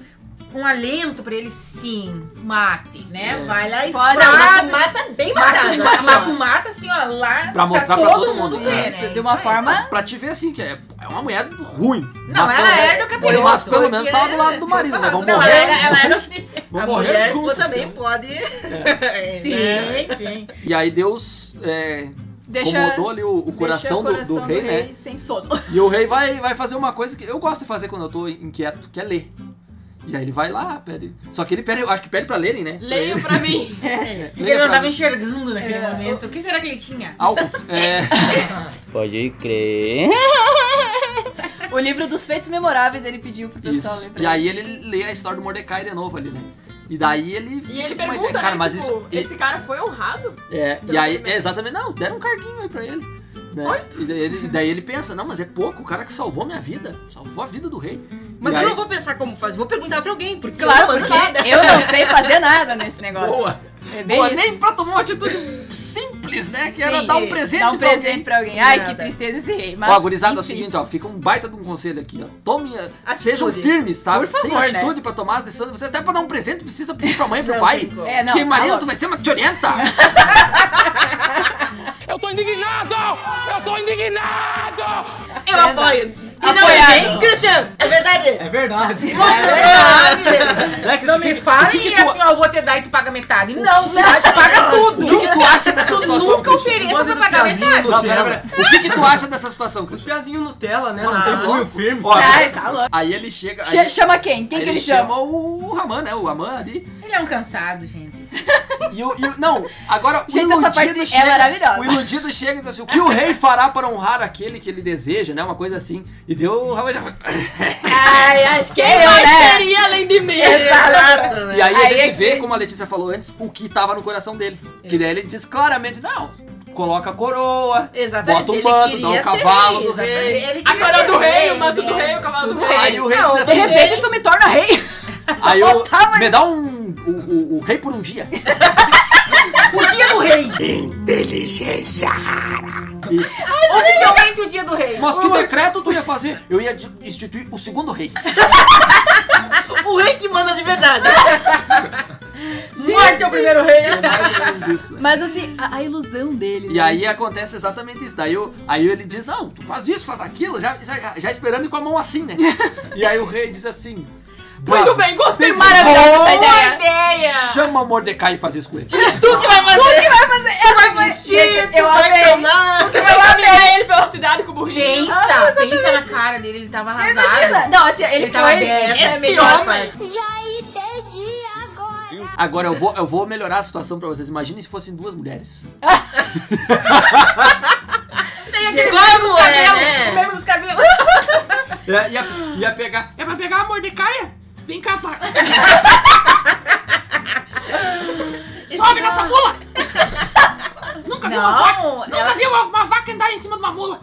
Speaker 8: um alento pra ele, sim, mate, né?
Speaker 1: É.
Speaker 8: Vai lá e
Speaker 5: Pode,
Speaker 8: faz.
Speaker 7: mata bem
Speaker 8: Mata,
Speaker 7: matado.
Speaker 8: mata,
Speaker 7: assim, ó.
Speaker 8: mata, mata, É assim, ó, lá
Speaker 1: Pra mostrar pra todo mundo,
Speaker 8: ver,
Speaker 1: né?
Speaker 8: né?
Speaker 5: de uma
Speaker 8: Isso aí.
Speaker 5: forma...
Speaker 1: Pra te ver assim, que é, é uma mulher ruim.
Speaker 8: Não, ela
Speaker 1: pelo
Speaker 8: era
Speaker 1: menos-
Speaker 8: do capiroto.
Speaker 1: Mas pelo
Speaker 7: Porque
Speaker 1: menos tava do lado do marido, né? Vamos
Speaker 8: Não,
Speaker 1: morrer.
Speaker 8: ela, ela era... assim.
Speaker 1: Vamos
Speaker 7: a
Speaker 1: morrer É.
Speaker 7: mulher
Speaker 1: juntos.
Speaker 7: também
Speaker 1: assim.
Speaker 7: pode.
Speaker 8: assim. É,
Speaker 7: É.
Speaker 8: Sim, sim.
Speaker 1: E aí Deus é,
Speaker 5: Deixa,
Speaker 1: acomodou ali o, o
Speaker 5: deixa
Speaker 1: coração,
Speaker 5: o
Speaker 1: do-
Speaker 5: coração
Speaker 1: do, rei, né?
Speaker 5: sem sono.
Speaker 1: E o rei vai, vai fazer uma coisa que eu gosto de fazer quando eu tô inquieto, que é ler. E aí ele vai lá, pede. Só que ele pede, eu acho que pede pra lerem, né?
Speaker 3: Leiam pra mim.
Speaker 8: Porque ele não
Speaker 1: pra
Speaker 8: tava
Speaker 1: mim.
Speaker 8: enxergando naquele
Speaker 5: É.
Speaker 8: momento. O que será que ele tinha?
Speaker 1: Álcool. É,
Speaker 2: Pode crer.
Speaker 5: O livro dos feitos memoráveis ele pediu pro pessoal
Speaker 1: isso.
Speaker 5: ler pra
Speaker 1: E aí ele lê a história do Mordecai de novo ali, né? E daí ele.
Speaker 3: E ele
Speaker 1: fica com uma
Speaker 3: pergunta,
Speaker 1: ideia. Cara,
Speaker 3: né,
Speaker 1: mas
Speaker 3: tipo,
Speaker 1: isso.
Speaker 3: esse cara foi honrado?
Speaker 1: É, e
Speaker 3: Pelo
Speaker 1: aí,
Speaker 3: menos.
Speaker 1: é exatamente, não, deram um carguinho aí pra ele. Né?
Speaker 3: Só isso?
Speaker 1: E daí ele, e daí ele pensa, não, mas é pouco, o cara que salvou minha vida, salvou a vida do rei.
Speaker 7: Mas
Speaker 1: E
Speaker 7: eu
Speaker 1: aí-
Speaker 7: não vou pensar como fazer, vou perguntar pra alguém, porque
Speaker 5: Claro,
Speaker 7: eu não mando nada.
Speaker 5: porque eu não sei fazer nada nesse negócio.
Speaker 1: Boa!
Speaker 5: É bem
Speaker 1: Boa,
Speaker 5: isso.
Speaker 1: nem pra tomar uma atitude simples, né? Que era
Speaker 5: Sim,
Speaker 1: dar um presente
Speaker 5: Dar um
Speaker 1: pra alguém.
Speaker 5: presente pra alguém. Ai, que
Speaker 7: Nada.
Speaker 5: tristeza esse rei. Mas,
Speaker 1: Ó, gurizada, é o
Speaker 5: enfim.
Speaker 1: seguinte, ó, fica um baita de um conselho aqui, ó. Tomem, eh,
Speaker 7: Atitude.
Speaker 1: sejam firmes, tá?
Speaker 5: Por favor,
Speaker 1: Tem
Speaker 5: né?
Speaker 1: atitude pra tomar as decisões. Você até pra dar um presente precisa pedir pra mãe e pro
Speaker 7: Não,
Speaker 1: pai.
Speaker 7: tem como.
Speaker 5: É, não.
Speaker 1: que marido,
Speaker 5: alô.
Speaker 1: tu vai ser uma que te orienta.
Speaker 2: Eu tô indignado! Eu tô indignado!
Speaker 7: Eu apoio. E não
Speaker 5: Apoiado.
Speaker 7: é bem, Christian, é verdade.
Speaker 11: É verdade.
Speaker 8: É verdade.
Speaker 1: Né, que-
Speaker 8: Não
Speaker 1: que-
Speaker 8: me fala
Speaker 1: que que
Speaker 8: e
Speaker 1: tu-
Speaker 8: assim, ó, eu vou te dar e tu paga metade. Não, tu vai, tu paga tudo.
Speaker 1: O que, que tu acha dessa
Speaker 8: Tu
Speaker 1: situação?
Speaker 8: nunca
Speaker 1: Cristian?
Speaker 8: ofereça pra
Speaker 11: do
Speaker 8: pagar
Speaker 11: piazinho
Speaker 8: metade.
Speaker 11: no-
Speaker 1: Não, pera, pera. O que, que tu acha dessa situação,
Speaker 11: Os
Speaker 1: Cris?
Speaker 11: piazinhos Nutella, né?
Speaker 1: Ah.
Speaker 11: Não tem punho firme.
Speaker 1: Ó,
Speaker 5: Ai, tá louco.
Speaker 1: Aí ele chega. aí
Speaker 5: Che-
Speaker 1: ele-
Speaker 5: Chama quem? Quem
Speaker 1: aí
Speaker 5: que ele chama?
Speaker 1: o Raman, né? O Raman ali.
Speaker 8: Ele é um cansado, gente.
Speaker 1: E eu, e eu- não, agora
Speaker 5: Gente,
Speaker 1: o iludido
Speaker 5: essa parte é
Speaker 1: um chega,
Speaker 5: maravilhosa.
Speaker 1: O iludido chega e diz assim, o que o rei fará para honrar aquele que ele deseja, né? Uma coisa assim. E deu... um
Speaker 5: Ai, acho que
Speaker 1: é eu,
Speaker 3: Mas
Speaker 1: né?
Speaker 3: seria além de mim.
Speaker 1: E aí a gente
Speaker 3: é
Speaker 1: vê, como a Letícia falou antes, o que tava no coração dele.
Speaker 5: É.
Speaker 1: Que daí ele diz claramente, não, coloca a coroa, bota um
Speaker 7: ele
Speaker 1: manto,
Speaker 7: queria
Speaker 1: dá um
Speaker 7: ser
Speaker 1: cavalo
Speaker 7: rei,
Speaker 1: do rei.
Speaker 7: exatamente. Ele
Speaker 3: A
Speaker 7: queria
Speaker 3: coroa
Speaker 7: ser
Speaker 3: do rei,
Speaker 7: rei,
Speaker 3: o manto do
Speaker 7: né?
Speaker 3: rei, o cavalo do
Speaker 5: Tudo
Speaker 3: rei.
Speaker 1: Aí o rei
Speaker 5: Não,
Speaker 1: diz
Speaker 5: de
Speaker 1: assim,
Speaker 5: repente tu me torna rei.
Speaker 1: aí eu, me dá um, o, o- o rei por um dia.
Speaker 8: O dia do rei!
Speaker 2: Inteligência rara.
Speaker 1: Isso.
Speaker 8: Oficialmente o dia do rei!
Speaker 1: Mas que decreto tu ia fazer? Eu ia de- instituir o segundo rei.
Speaker 7: O rei que manda de verdade. Morte é o primeiro rei.
Speaker 1: É mais ou menos isso. né?
Speaker 5: Mas assim, a, a ilusão dele. né?
Speaker 1: E aí acontece exatamente isso. Daí, eu, aí ele diz, não, tu faz isso, faz aquilo, já, já, já esperando e com a mão assim, né? E aí o rei diz assim...
Speaker 3: Muito bem, gostei
Speaker 5: maravilhosa essa ideia.
Speaker 1: Chama Mordecai e faz isso com ele.
Speaker 7: Tu que vai fazer.
Speaker 5: que vai fazer? Ela vai
Speaker 7: Gente,
Speaker 5: Eu
Speaker 7: vai
Speaker 5: amei.
Speaker 7: tomar.
Speaker 3: Tu vai caminhar ele pela cidade com o burrinho.
Speaker 8: Pensa, pensa na cara dele, ele tava
Speaker 5: Imagina.
Speaker 8: arrasado.
Speaker 5: Não, assim, ele, foi...
Speaker 8: Ele tava bem, essa é a
Speaker 3: Esse
Speaker 8: melhor
Speaker 3: homem.
Speaker 8: parte.
Speaker 1: Agora eu vou, eu vou melhorar a situação pra vocês. Imaginem se fossem duas mulheres.
Speaker 7: Tem aquele mesmo dos cabelos. Mesmo dos cabelos.
Speaker 1: Ia, É, ia, ia pegar. É pra pegar a Mordecaia? Vem casar. Sobe nessa mula! Nunca vi uma vaca.
Speaker 8: Não,
Speaker 1: Nunca vi uma, uma vaca andar em cima de uma mula!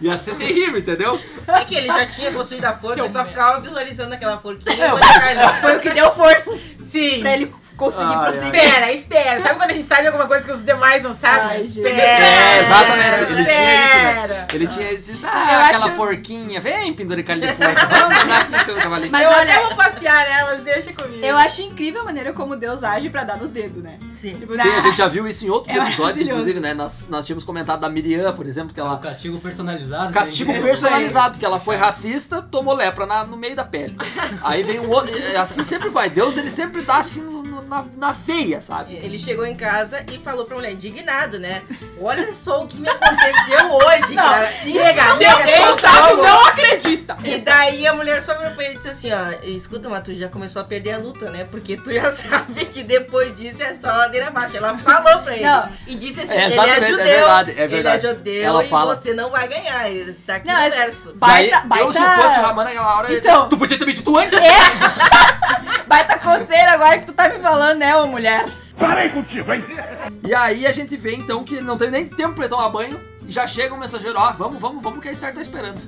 Speaker 1: Ia ser terrível, entendeu?
Speaker 7: É que ele já tinha construído a forca,
Speaker 3: Seu
Speaker 7: ele só
Speaker 3: merda.
Speaker 7: ficava visualizando aquela forquinha.
Speaker 1: É,
Speaker 7: e vai ficar ali.
Speaker 5: Foi o que deu forças
Speaker 8: Sim.
Speaker 5: pra ele conseguir
Speaker 1: Ai,
Speaker 5: prosseguir.
Speaker 8: Espera, espera. Sabe quando a gente sabe alguma coisa que os demais não sabem?
Speaker 5: Ai, gente.
Speaker 8: espera.
Speaker 1: É, exatamente. Ele tinha isso, né?
Speaker 8: espera.
Speaker 1: Ele tinha esse.
Speaker 5: Eu
Speaker 1: Ah,
Speaker 5: acho-
Speaker 1: aquela forquinha. Vem, penduricalho de forca. Vamos andar aqui, seu cavalinho.
Speaker 5: Mas
Speaker 8: eu
Speaker 5: olha-
Speaker 8: até vou passear nelas, deixa comigo.
Speaker 5: Eu acho incrível a maneira como Deus age pra dar nos dedos, né?
Speaker 7: Sim.
Speaker 5: Tipo,
Speaker 1: Sim,
Speaker 5: na-
Speaker 1: a gente já viu isso em outros
Speaker 5: É
Speaker 1: episódios,
Speaker 5: maravilhoso.
Speaker 1: inclusive, né? Nós, nós tínhamos comentado da Miriam, por exemplo, que
Speaker 11: É o
Speaker 1: ela
Speaker 11: castigo
Speaker 1: Ah,
Speaker 11: personalizado. né?
Speaker 1: Castigo personalizado, porque ela foi racista, tomou lepra na- no meio da pele. Aí vem um outro. é, Assim sempre vai. Deus, ele sempre dá assim no- no- na, na veia, sabe?
Speaker 7: Ele chegou em casa e falou pra mulher, indignado, né? Olha só o que me aconteceu hoje,
Speaker 8: Não,
Speaker 7: cara.
Speaker 1: é
Speaker 7: Nega,
Speaker 3: Se alguém usar, tu não acredita.
Speaker 7: E daí a mulher só virou pra ele e disse assim, ó, escuta, mas tu já começou a perder a luta, né? Porque tu já sabe que depois disso é só ladeira abaixo. Ela falou pra ele.
Speaker 5: Não.
Speaker 7: E disse assim,
Speaker 1: É,
Speaker 7: ele é
Speaker 1: exatamente, é
Speaker 7: judeu.
Speaker 1: verdade, é verdade.
Speaker 7: Ele é judeu
Speaker 1: Ela
Speaker 7: e
Speaker 1: fala-
Speaker 7: você não vai ganhar. Ele tá aqui
Speaker 5: Não, é-
Speaker 7: no verso.
Speaker 1: Daí,
Speaker 5: Baita, baita...
Speaker 1: Eu, se fosse o Raman naquela hora, eu ia dizer,
Speaker 5: Então.
Speaker 1: tu podia ter me dito antes.
Speaker 5: Baita conselho agora que tu tá me falando, né, ô mulher?
Speaker 2: Parei contigo, hein?
Speaker 1: E aí a gente vê então que ele não teve nem tempo pra ele tomar banho. E já chega um mensageiro, ó, vamos, vamos, vamos que a Star tá esperando.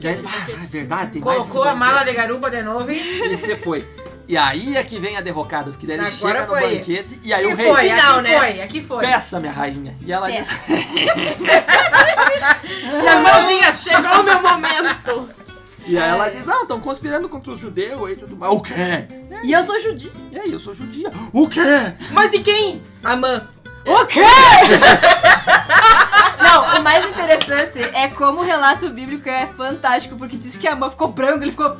Speaker 1: E aí, ele, ah, é verdade, tem mais esse
Speaker 8: Colocou a
Speaker 1: banquete."
Speaker 8: mala de garupa de novo e...
Speaker 1: E você foi. E aí é que vem a derrocada, porque daí ele
Speaker 7: Agora
Speaker 1: chega no
Speaker 7: foi.
Speaker 1: banquete e aí
Speaker 8: Aqui
Speaker 1: o rei.
Speaker 8: foi,
Speaker 7: final,
Speaker 8: aqui
Speaker 7: né?
Speaker 8: foi, aqui foi.
Speaker 1: Peça, minha rainha. E ela
Speaker 5: É.
Speaker 1: diz.
Speaker 8: E as mãozinhas chegam.
Speaker 3: Chegou o meu momento.
Speaker 1: E aí ela diz, não, estão conspirando contra os judeus e tudo mais. O quê?
Speaker 5: E eu sou judia.
Speaker 1: E aí, eu sou judia. O quê?
Speaker 7: Mas e quem? A mãe.
Speaker 5: O quê? Não, o mais interessante é como o relato bíblico é fantástico, porque diz que a mãe ficou branca, ele ficou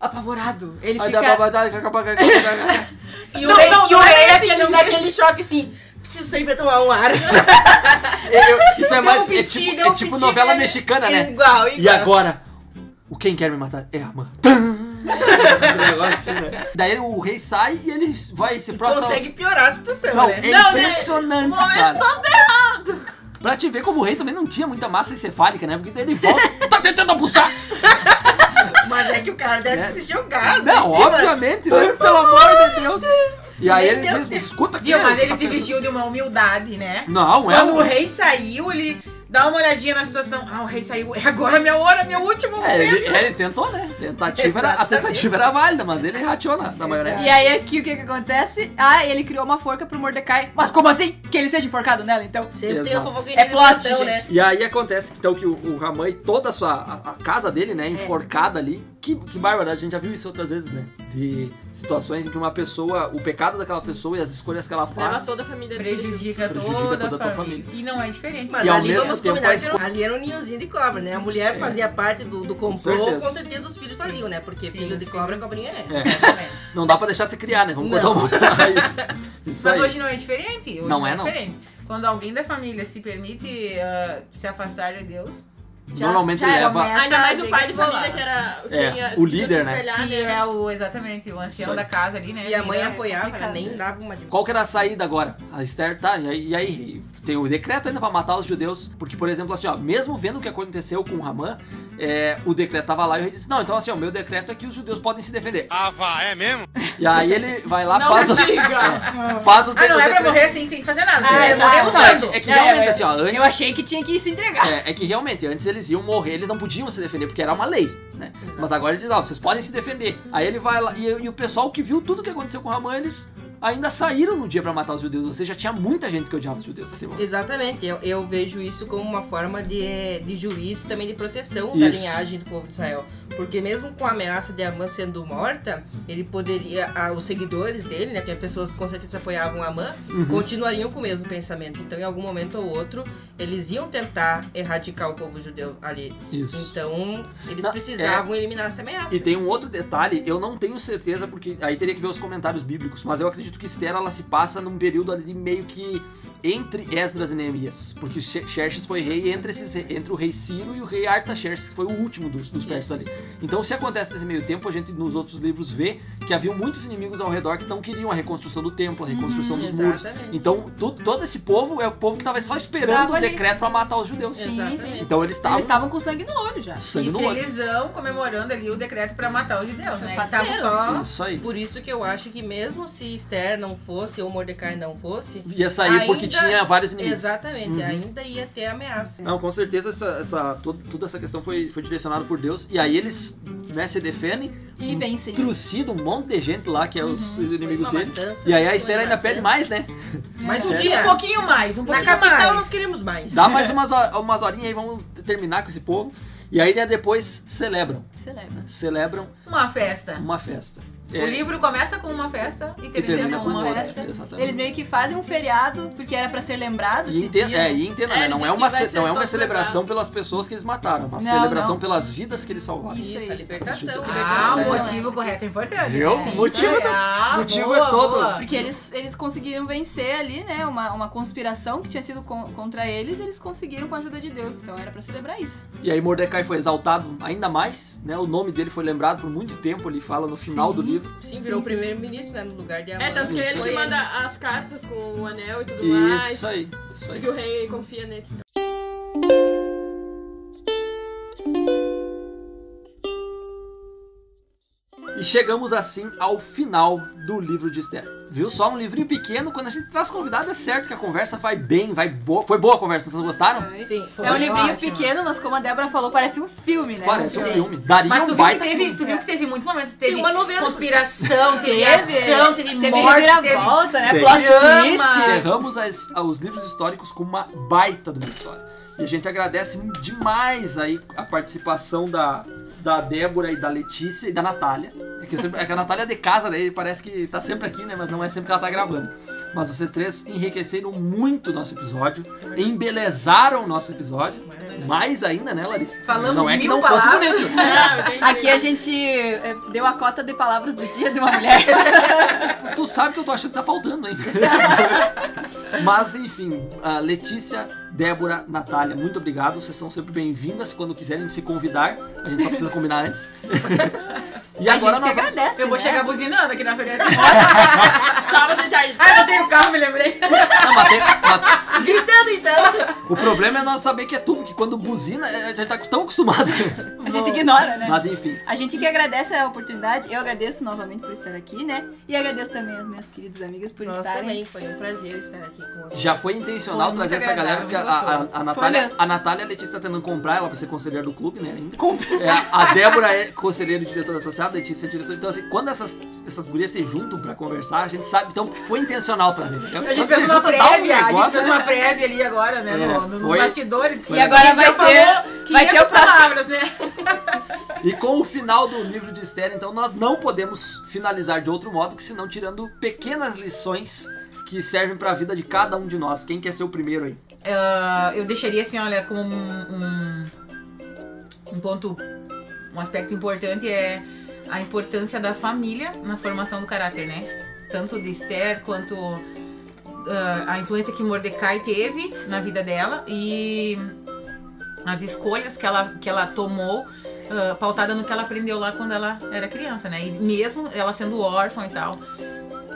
Speaker 5: apavorado. Ele
Speaker 1: Aí dá
Speaker 5: fica.
Speaker 1: babadá, e caca, caca, caca, caca.
Speaker 7: E o
Speaker 8: Não,
Speaker 7: rei,
Speaker 8: não,
Speaker 7: e o
Speaker 8: não
Speaker 7: rei
Speaker 8: é
Speaker 7: é
Speaker 8: assim,
Speaker 7: aquele,
Speaker 8: não.
Speaker 7: daquele choque assim, preciso sair pra tomar um ar.
Speaker 1: Eu- Isso é
Speaker 7: Deu
Speaker 1: mais.
Speaker 7: um
Speaker 1: é
Speaker 7: piti,
Speaker 1: tipo,
Speaker 7: deu
Speaker 1: é
Speaker 7: um
Speaker 1: tipo
Speaker 7: piti,
Speaker 1: novela
Speaker 7: né?
Speaker 1: mexicana, né?
Speaker 7: Igual, igual.
Speaker 1: E agora, o quem quer me matar é a mãe. Um assim, né? Daí o rei sai e ele vai se prostra. aos-
Speaker 7: Consegue piorar a situação,
Speaker 1: Não,
Speaker 7: né?
Speaker 1: é
Speaker 5: Não, né?
Speaker 1: impressionante,
Speaker 5: momento
Speaker 1: cara. Pra te ver como o rei também não tinha muita massa encefálica, né? Porque daí ele volta. tá tentando abusar!
Speaker 7: Mas é que o cara deve
Speaker 1: É.
Speaker 7: se jogar. em
Speaker 1: Não,
Speaker 7: cima.
Speaker 1: obviamente, né? Pelo amor de Deus. E aí ele
Speaker 7: Meu
Speaker 1: diz, "Mas escuta aqui.
Speaker 8: Viu, mas
Speaker 1: você
Speaker 8: ele
Speaker 1: tá
Speaker 8: se
Speaker 1: pensando-"
Speaker 8: vestiu de uma humildade, né?
Speaker 1: Não, é
Speaker 8: Quando o
Speaker 1: um...
Speaker 8: rei saiu, ele dá uma olhadinha na situação. Ah, o rei saiu. É agora a minha hora, meu último
Speaker 1: É,
Speaker 8: momento.
Speaker 1: ele, ele tentou, né? Tentativa era, a
Speaker 7: Exatamente.
Speaker 1: tentativa era válida, mas ele rateou na, na maionese.
Speaker 5: E aí aqui o que que acontece? Ah, ele criou uma forca pro Mordecai. Mas como assim? Que ele seja enforcado nela, então?
Speaker 7: Sempre tem
Speaker 1: Exato.
Speaker 7: um fofoquinho
Speaker 5: É plot,
Speaker 7: né?
Speaker 5: gente.
Speaker 1: E aí acontece então que o, o Raman e toda a sua a, a casa dele,
Speaker 8: É.
Speaker 1: né, enforcada ali. Que, que bárbaro, a gente já viu isso outras vezes, né? De situações em que uma pessoa, o pecado daquela pessoa e as escolhas que ela
Speaker 3: Leva
Speaker 1: faz.
Speaker 3: toda a família dele.
Speaker 8: Prejudica,
Speaker 1: Prejudica
Speaker 8: toda,
Speaker 1: toda a
Speaker 8: a
Speaker 1: tua
Speaker 8: família. E não é diferente.
Speaker 7: Mas
Speaker 1: E ao
Speaker 7: ali,
Speaker 1: mesmo
Speaker 7: vamos
Speaker 1: tempo,
Speaker 7: combinar
Speaker 1: a É.
Speaker 7: que era um- ali era um ninhozinho de cobra, né? A mulher fazia parte do, do complô, com
Speaker 1: certeza.
Speaker 7: certeza. os filhos faziam, né? Porque filho
Speaker 8: os
Speaker 7: de cobra, cobrinha é.
Speaker 1: É, não dá pra deixar se criar, né? Vamos cortar
Speaker 7: Não.
Speaker 1: um pouco isso. Isso
Speaker 8: Mas
Speaker 1: aí.
Speaker 8: hoje não é diferente? Hoje
Speaker 1: Não é, não.
Speaker 8: diferente. Quando alguém da família se permite ah, se afastar de Deus, Já-
Speaker 1: normalmente
Speaker 8: já era
Speaker 1: leva.
Speaker 8: mestre.
Speaker 3: Ainda mais o
Speaker 8: Essa
Speaker 3: pai de
Speaker 8: briga
Speaker 3: família
Speaker 8: rolava.
Speaker 3: que era o que
Speaker 1: É,
Speaker 3: ia
Speaker 1: o
Speaker 3: se
Speaker 1: líder, né?
Speaker 3: espelhar
Speaker 8: Que
Speaker 3: nele.
Speaker 8: é o, exatamente, o ancião
Speaker 1: Isso aí.
Speaker 8: da casa ali,
Speaker 1: é
Speaker 8: né?
Speaker 7: E a mãe
Speaker 8: Era
Speaker 7: apoiava, ela
Speaker 8: complicado.
Speaker 7: nem dava uma de
Speaker 1: Qual que era a saída agora? A Esther tá, e aí, e aí tem o decreto ainda pra matar os judeus, porque, por exemplo, assim, ó, mesmo vendo o que aconteceu com o Haman, é, o decreto tava lá e o rei disse, não, então assim, ó, o meu decreto é que os judeus podem se defender.
Speaker 4: Ah, vá, é mesmo?
Speaker 1: E aí ele vai lá,
Speaker 3: Não
Speaker 1: faz,
Speaker 3: me
Speaker 1: o,
Speaker 3: diga!
Speaker 1: faz os
Speaker 8: Ah,
Speaker 1: os
Speaker 8: não é pra
Speaker 1: decretos.
Speaker 8: morrer assim, sem fazer nada.
Speaker 5: Ah,
Speaker 8: É,
Speaker 5: é,
Speaker 8: morrer
Speaker 5: tá.
Speaker 8: lutando.
Speaker 1: É que
Speaker 5: É,
Speaker 1: realmente,
Speaker 5: eu-
Speaker 1: assim, ó, antes...
Speaker 5: Eu achei que tinha que se entregar.
Speaker 1: É, é que realmente, antes eles iam morrer, eles não podiam se defender, porque era uma lei, né? Mas agora ele diz, ó, vocês podem se defender. Aí ele vai lá, e, e o pessoal que viu tudo que aconteceu com o Haman, eles ainda saíram no dia pra matar os judeus. Ou seja, tinha muita gente que odiava os judeus naquele momento.
Speaker 7: Exatamente, eu, eu vejo isso como uma forma de, de juízo e também de proteção da
Speaker 1: Isso.
Speaker 7: linhagem do povo de Israel. Porque mesmo com a ameaça de Amã sendo morta, ele poderia. ah, os seguidores dele, né? Que as pessoas que com certeza apoiavam Amã,
Speaker 1: Uhum.
Speaker 7: continuariam com o mesmo pensamento. Então, em algum momento ou outro, eles iam tentar erradicar o povo judeu ali.
Speaker 1: Isso.
Speaker 7: Então, eles
Speaker 1: Não, é.
Speaker 7: precisavam eliminar essa ameaça.
Speaker 1: E tem um outro detalhe, eu não tenho certeza, porque aí teria que ver os comentários bíblicos, mas eu acredito que Esther ela se passa num período ali meio que entre Esdras e Neemias, porque Xe- Xerxes foi rei entre, esses, entre o rei Ciro e o rei Artaxerxes, que foi o último dos, dos persas ali. Então, se acontece nesse meio tempo, a gente nos outros livros vê que havia muitos inimigos ao redor que não queriam a reconstrução do templo, a reconstrução
Speaker 5: Uhum,
Speaker 1: dos muros.
Speaker 7: Exatamente.
Speaker 1: Então, tu- todo esse povo é o povo que tava só esperando
Speaker 5: Tava
Speaker 1: o
Speaker 5: ali.
Speaker 1: decreto pra matar os judeus.
Speaker 5: Sim, sim.
Speaker 1: Então, eles estavam
Speaker 5: Eles estavam com sangue no olho já.
Speaker 1: sangue
Speaker 8: E
Speaker 1: no olho.
Speaker 8: felizão comemorando ali o decreto pra matar os judeus, né? Eles
Speaker 5: Faceiros.
Speaker 8: estavam só...
Speaker 1: Isso aí.
Speaker 7: Por isso que eu acho que mesmo se Esther não fosse ou Mordecai não fosse,
Speaker 1: Ia sair porque
Speaker 7: Ainda-
Speaker 1: tinha vários inimigos.
Speaker 7: exatamente,
Speaker 1: Uhum.
Speaker 7: ainda ia ter ameaça.
Speaker 1: Não, com certeza essa, essa, todo- toda essa questão foi, foi direcionada por Deus. E aí eles né, se defendem,
Speaker 5: E vencem.
Speaker 1: trucidam um monte de gente lá, que é os, os inimigos
Speaker 7: Foi uma
Speaker 1: dele.
Speaker 7: matança,
Speaker 1: E aí a
Speaker 7: foi
Speaker 1: Esther
Speaker 7: uma
Speaker 1: ainda pede
Speaker 7: matança.
Speaker 1: mais, né?
Speaker 7: Mais um
Speaker 1: É.
Speaker 7: dia.
Speaker 8: Um pouquinho mais, um
Speaker 7: Na
Speaker 8: pouquinho
Speaker 7: capital nós
Speaker 8: mais.
Speaker 7: queremos mais.
Speaker 1: Dá mais umas, ho- umas horinhas aí, vamos terminar com esse povo. E aí né, depois celebram.
Speaker 5: Celebra.
Speaker 1: Celebram
Speaker 8: Uma festa.
Speaker 1: uma festa. É,
Speaker 8: O livro começa com uma festa e
Speaker 1: e
Speaker 8: termina,
Speaker 1: É. termina com
Speaker 8: uma
Speaker 1: outra.
Speaker 8: festa.
Speaker 1: Exatamente.
Speaker 5: Eles meio que fazem um feriado, porque era pra ser lembrado
Speaker 1: E
Speaker 5: esse
Speaker 1: entenda,
Speaker 5: dia.
Speaker 1: é, e entenda,
Speaker 3: É,
Speaker 1: né?
Speaker 3: ele
Speaker 1: Não
Speaker 3: diz
Speaker 1: é
Speaker 3: que
Speaker 1: uma,
Speaker 3: vai
Speaker 1: ce-
Speaker 3: ser
Speaker 1: não é uma
Speaker 3: todos
Speaker 1: celebração
Speaker 3: lembrados.
Speaker 1: pelas pessoas que eles mataram, é uma
Speaker 5: Não,
Speaker 1: celebração
Speaker 5: não.
Speaker 1: pelas vidas que eles salvaram.
Speaker 5: Isso
Speaker 7: Isso, a
Speaker 5: aí.
Speaker 7: libertação.
Speaker 8: Ah, o
Speaker 5: Libertação.
Speaker 8: motivo correto é importante.
Speaker 1: Viu?
Speaker 8: Né?
Speaker 1: O motivo
Speaker 8: Isso aí.
Speaker 1: tá-
Speaker 8: Ah,
Speaker 1: o motivo
Speaker 8: boa,
Speaker 1: é todo.
Speaker 8: boa.
Speaker 5: Porque eles, eles conseguiram vencer ali, né? Uma, uma conspiração que tinha sido con- contra eles, eles conseguiram com a ajuda de Deus. Então era pra celebrar isso.
Speaker 1: E aí Mordecai foi exaltado ainda mais, né? O nome dele foi lembrado por muito tempo, ele fala no final
Speaker 5: Sim.
Speaker 1: do livro.
Speaker 7: Sim, virou
Speaker 5: Sim, sim.
Speaker 7: primeiro-ministro, né? No lugar de Amã.
Speaker 3: É, tanto que
Speaker 1: Isso
Speaker 3: ele
Speaker 1: aí.
Speaker 3: que manda as cartas com o anel e tudo mais.
Speaker 1: Isso aí, isso aí.
Speaker 3: Que o rei confia nele.
Speaker 1: E chegamos assim ao final do livro de Esther. Viu só um livrinho pequeno, quando a gente traz convidado é certo que a conversa vai bem, vai boa. Foi boa a conversa, vocês gostaram?
Speaker 7: Sim, foi
Speaker 5: É um
Speaker 7: ótimo.
Speaker 5: livrinho
Speaker 8: ótimo.
Speaker 5: pequeno, mas como a Débora falou, parece um filme, né?
Speaker 1: Parece um
Speaker 5: filme.
Speaker 1: filme. Daria
Speaker 8: Mas tu
Speaker 1: um
Speaker 8: viu, que
Speaker 1: baita
Speaker 8: teve,
Speaker 1: filme.
Speaker 8: tu viu que teve muitos momentos. Teve
Speaker 7: uma novela.
Speaker 8: Conspiração, teve,
Speaker 5: Teve,
Speaker 8: ação, teve,
Speaker 5: teve
Speaker 8: morte, teve...
Speaker 5: reviravolta, né?
Speaker 1: Teve.
Speaker 5: Plot
Speaker 8: Drama.
Speaker 5: twist.
Speaker 1: Cerramos as- os livros históricos com uma baita de uma história. E a gente agradece demais aí a participação da, da Débora e da Letícia e da Natália. É que, eu sempre- é que a Natália é de casa, daí parece que tá sempre aqui, né? Mas não é sempre que ela tá gravando. Mas vocês três enriqueceram muito o nosso episódio, embelezaram o nosso episódio. Mais ainda, né, Larissa?
Speaker 8: Falamos
Speaker 1: não é que
Speaker 8: mil
Speaker 1: não
Speaker 8: palavras.
Speaker 1: fosse bonito.
Speaker 3: Não, Ah, entendi.
Speaker 5: Ah, Aqui a gente é, deu a cota de palavras do dia de uma mulher.
Speaker 1: Tu sabe que eu tô achando que tá faltando, hein? Mas enfim, a Letícia, Débora, Natália, muito obrigado. Vocês são sempre bem-vindas quando quiserem se convidar. A gente só precisa combinar antes. E
Speaker 5: a
Speaker 1: agora
Speaker 5: gente
Speaker 1: nós
Speaker 5: que
Speaker 1: vamos...
Speaker 5: agradece,
Speaker 8: Eu vou
Speaker 5: né?
Speaker 8: chegar buzinando aqui na frente.
Speaker 3: Sábado ele tá aí.
Speaker 8: Ah, não tenho carro, me lembrei.
Speaker 1: Ah, mas tem- mas-
Speaker 7: Gritando então!
Speaker 1: O problema é nós saber que é tu, porque quando buzina, a gente tá tão acostumado.
Speaker 5: A gente ignora, né?
Speaker 1: Mas enfim,
Speaker 5: A gente que agradece a oportunidade, eu agradeço novamente por estar aqui, né? E agradeço também as minhas queridas amigas por
Speaker 7: Nós
Speaker 5: estarem.
Speaker 7: também, foi um prazer estar aqui com vocês.
Speaker 1: já foi intencional
Speaker 8: Foi
Speaker 1: trazer
Speaker 8: muito
Speaker 1: essa galera, porque a,
Speaker 8: agradável,
Speaker 1: a,
Speaker 8: gostoso.
Speaker 1: a,
Speaker 8: Foi
Speaker 1: Natália,
Speaker 5: mesmo.
Speaker 1: a Natália e a Letícia tá tentando comprar ela pra ser conselheira do clube, né? ainda. É, a Débora é conselheira e diretora associada, a Letícia é diretora. Então, assim, quando essas, essas gurias se juntam pra conversar, a gente sabe. Então, foi intencional trazer. entendeu?
Speaker 8: A gente
Speaker 1: Quando
Speaker 8: fez
Speaker 1: se
Speaker 8: uma
Speaker 1: junta, dá um
Speaker 8: prévia, a gente
Speaker 1: negócio,
Speaker 8: fez uma prévia ali agora, né?
Speaker 1: É,
Speaker 8: no- nos
Speaker 1: foi-
Speaker 8: bastidores.
Speaker 1: foi
Speaker 5: E agora
Speaker 8: a gente já
Speaker 5: vai ter-
Speaker 8: falou
Speaker 5: vai ter
Speaker 8: 500
Speaker 5: o próximo.
Speaker 8: palavras, né?
Speaker 1: E com o final do livro de Esther, então nós não podemos finalizar de outro modo que senão tirando pequenas lições que servem pra vida de cada um de nós. Quem quer ser o primeiro aí?
Speaker 8: Ah, eu deixaria assim, olha, como um, um, um ponto, um aspecto importante é a importância da família na formação do caráter, né? Tanto de Esther quanto ah, a influência que Mordecai teve na vida dela e as escolhas que ela, que ela tomou, ah, pautada no que ela aprendeu lá quando ela era criança, né? E mesmo ela sendo órfã e tal.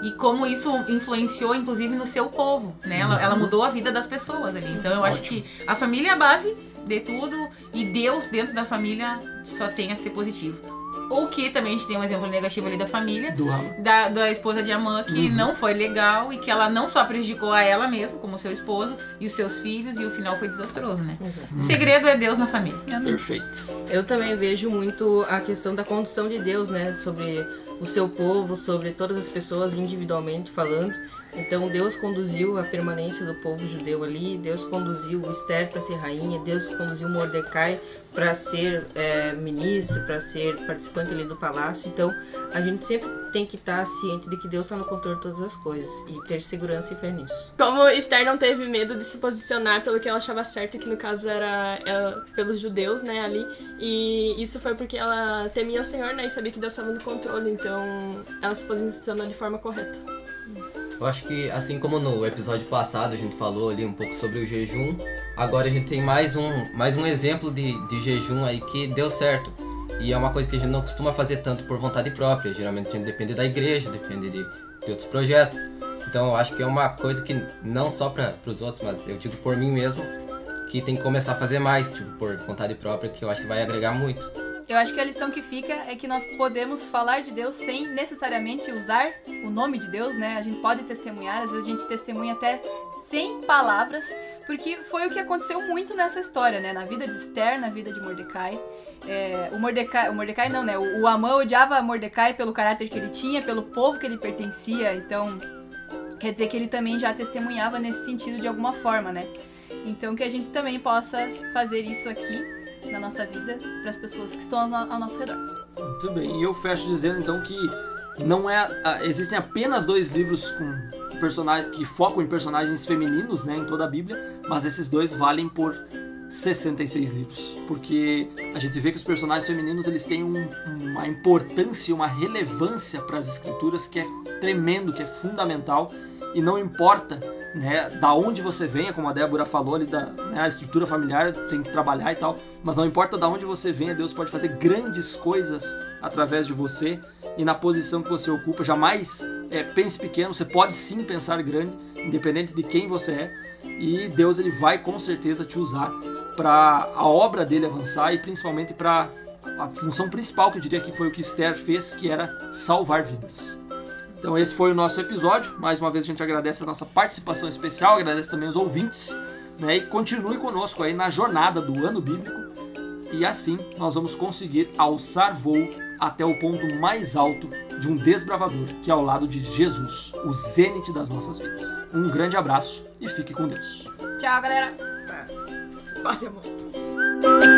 Speaker 8: E como isso influenciou, inclusive, no seu povo, né? Ela, ela mudou a vida das pessoas ali. Então eu acho que a família é a base de tudo e Deus dentro da família só tem a ser positivo. Ou que também a gente tem um exemplo negativo ali da família,
Speaker 1: Do Ram.
Speaker 8: da, da esposa de Amã, que
Speaker 1: Uhum.
Speaker 8: não foi legal e que ela não só prejudicou a ela mesma, como seu esposo e os seus filhos, e o final foi desastroso, né?
Speaker 7: Exato.
Speaker 8: O Segredo é Deus na família.
Speaker 1: Perfeito.
Speaker 7: Eu também vejo muito a questão da condução de Deus, né? Sobre o seu povo, sobre todas as pessoas individualmente falando. Então Deus conduziu a permanência do povo judeu ali, Deus conduziu Esther para ser rainha, Deus conduziu Mordecai para ser é, ministro, para ser participante ali do palácio. Então a gente sempre tem que estar ciente de que Deus está no controle de todas as coisas e ter segurança e fé nisso.
Speaker 3: Como Esther não teve medo de se posicionar pelo que ela achava certo, que no caso era, era pelos judeus, né, ali. E isso foi porque ela temia o Senhor, né, e sabia que Deus estava no controle. Então, ela se posicionou de forma correta.
Speaker 11: Eu acho que, assim como no episódio passado a gente falou ali um pouco sobre o jejum, agora a gente tem mais um, mais um exemplo de, de jejum aí que deu certo. E é uma coisa que a gente não costuma fazer tanto por vontade própria. Geralmente a gente depende da igreja, depende de, de outros projetos. Então eu acho que é uma coisa que não só para os outros, mas eu digo por mim mesmo, que tem que começar a fazer mais, tipo, por vontade própria, que eu acho que vai agregar muito.
Speaker 5: Eu acho que a lição que fica é que nós podemos falar de Deus sem necessariamente usar o nome de Deus, né? A gente pode testemunhar, às vezes a gente testemunha até sem palavras, porque foi o que aconteceu muito nessa história, né? Na vida de Esther, na vida de Mordecai. É, o Mordecai, o Mordecai não, né? O, o Amã odiava Mordecai pelo caráter que ele tinha, pelo povo que ele pertencia, então quer dizer que ele também já testemunhava nesse sentido de alguma forma, né? Então que a gente também possa fazer isso aqui na nossa vida para as pessoas que estão ao, no- ao nosso redor.
Speaker 1: Muito bem, e eu fecho dizendo então que não é. a- Existem apenas dois livros com personagem, que focam em personagens femininos né, em toda a Bíblia, mas esses dois valem por 66 livros. Porque a gente vê que os personagens femininos eles têm um- uma importância, uma relevância para as escrituras que é tremendo, que é fundamental, e não importa. Né, da onde você venha, como a Débora falou ali, da, né, a estrutura familiar tem que trabalhar e tal, mas não importa da onde você venha, Deus pode fazer grandes coisas através de você e na posição que você ocupa. Jamais é, pense pequeno, você pode sim pensar grande, independente de quem você é. E Deus ele vai com certeza te usar para a obra dele avançar e principalmente para a função principal que eu diria que foi o que Esther fez, que era salvar vidas. Então esse foi o nosso episódio. Mais uma vez a gente agradece a nossa participação especial, agradece também os ouvintes, né? E continue conosco aí na jornada do ano bíblico. E assim nós vamos conseguir alçar voo até o ponto mais alto de um desbravador, que é ao lado de Jesus, o zênite das nossas vidas. Um grande abraço e fique com Deus.
Speaker 5: Tchau, galera!
Speaker 3: Paz e amor.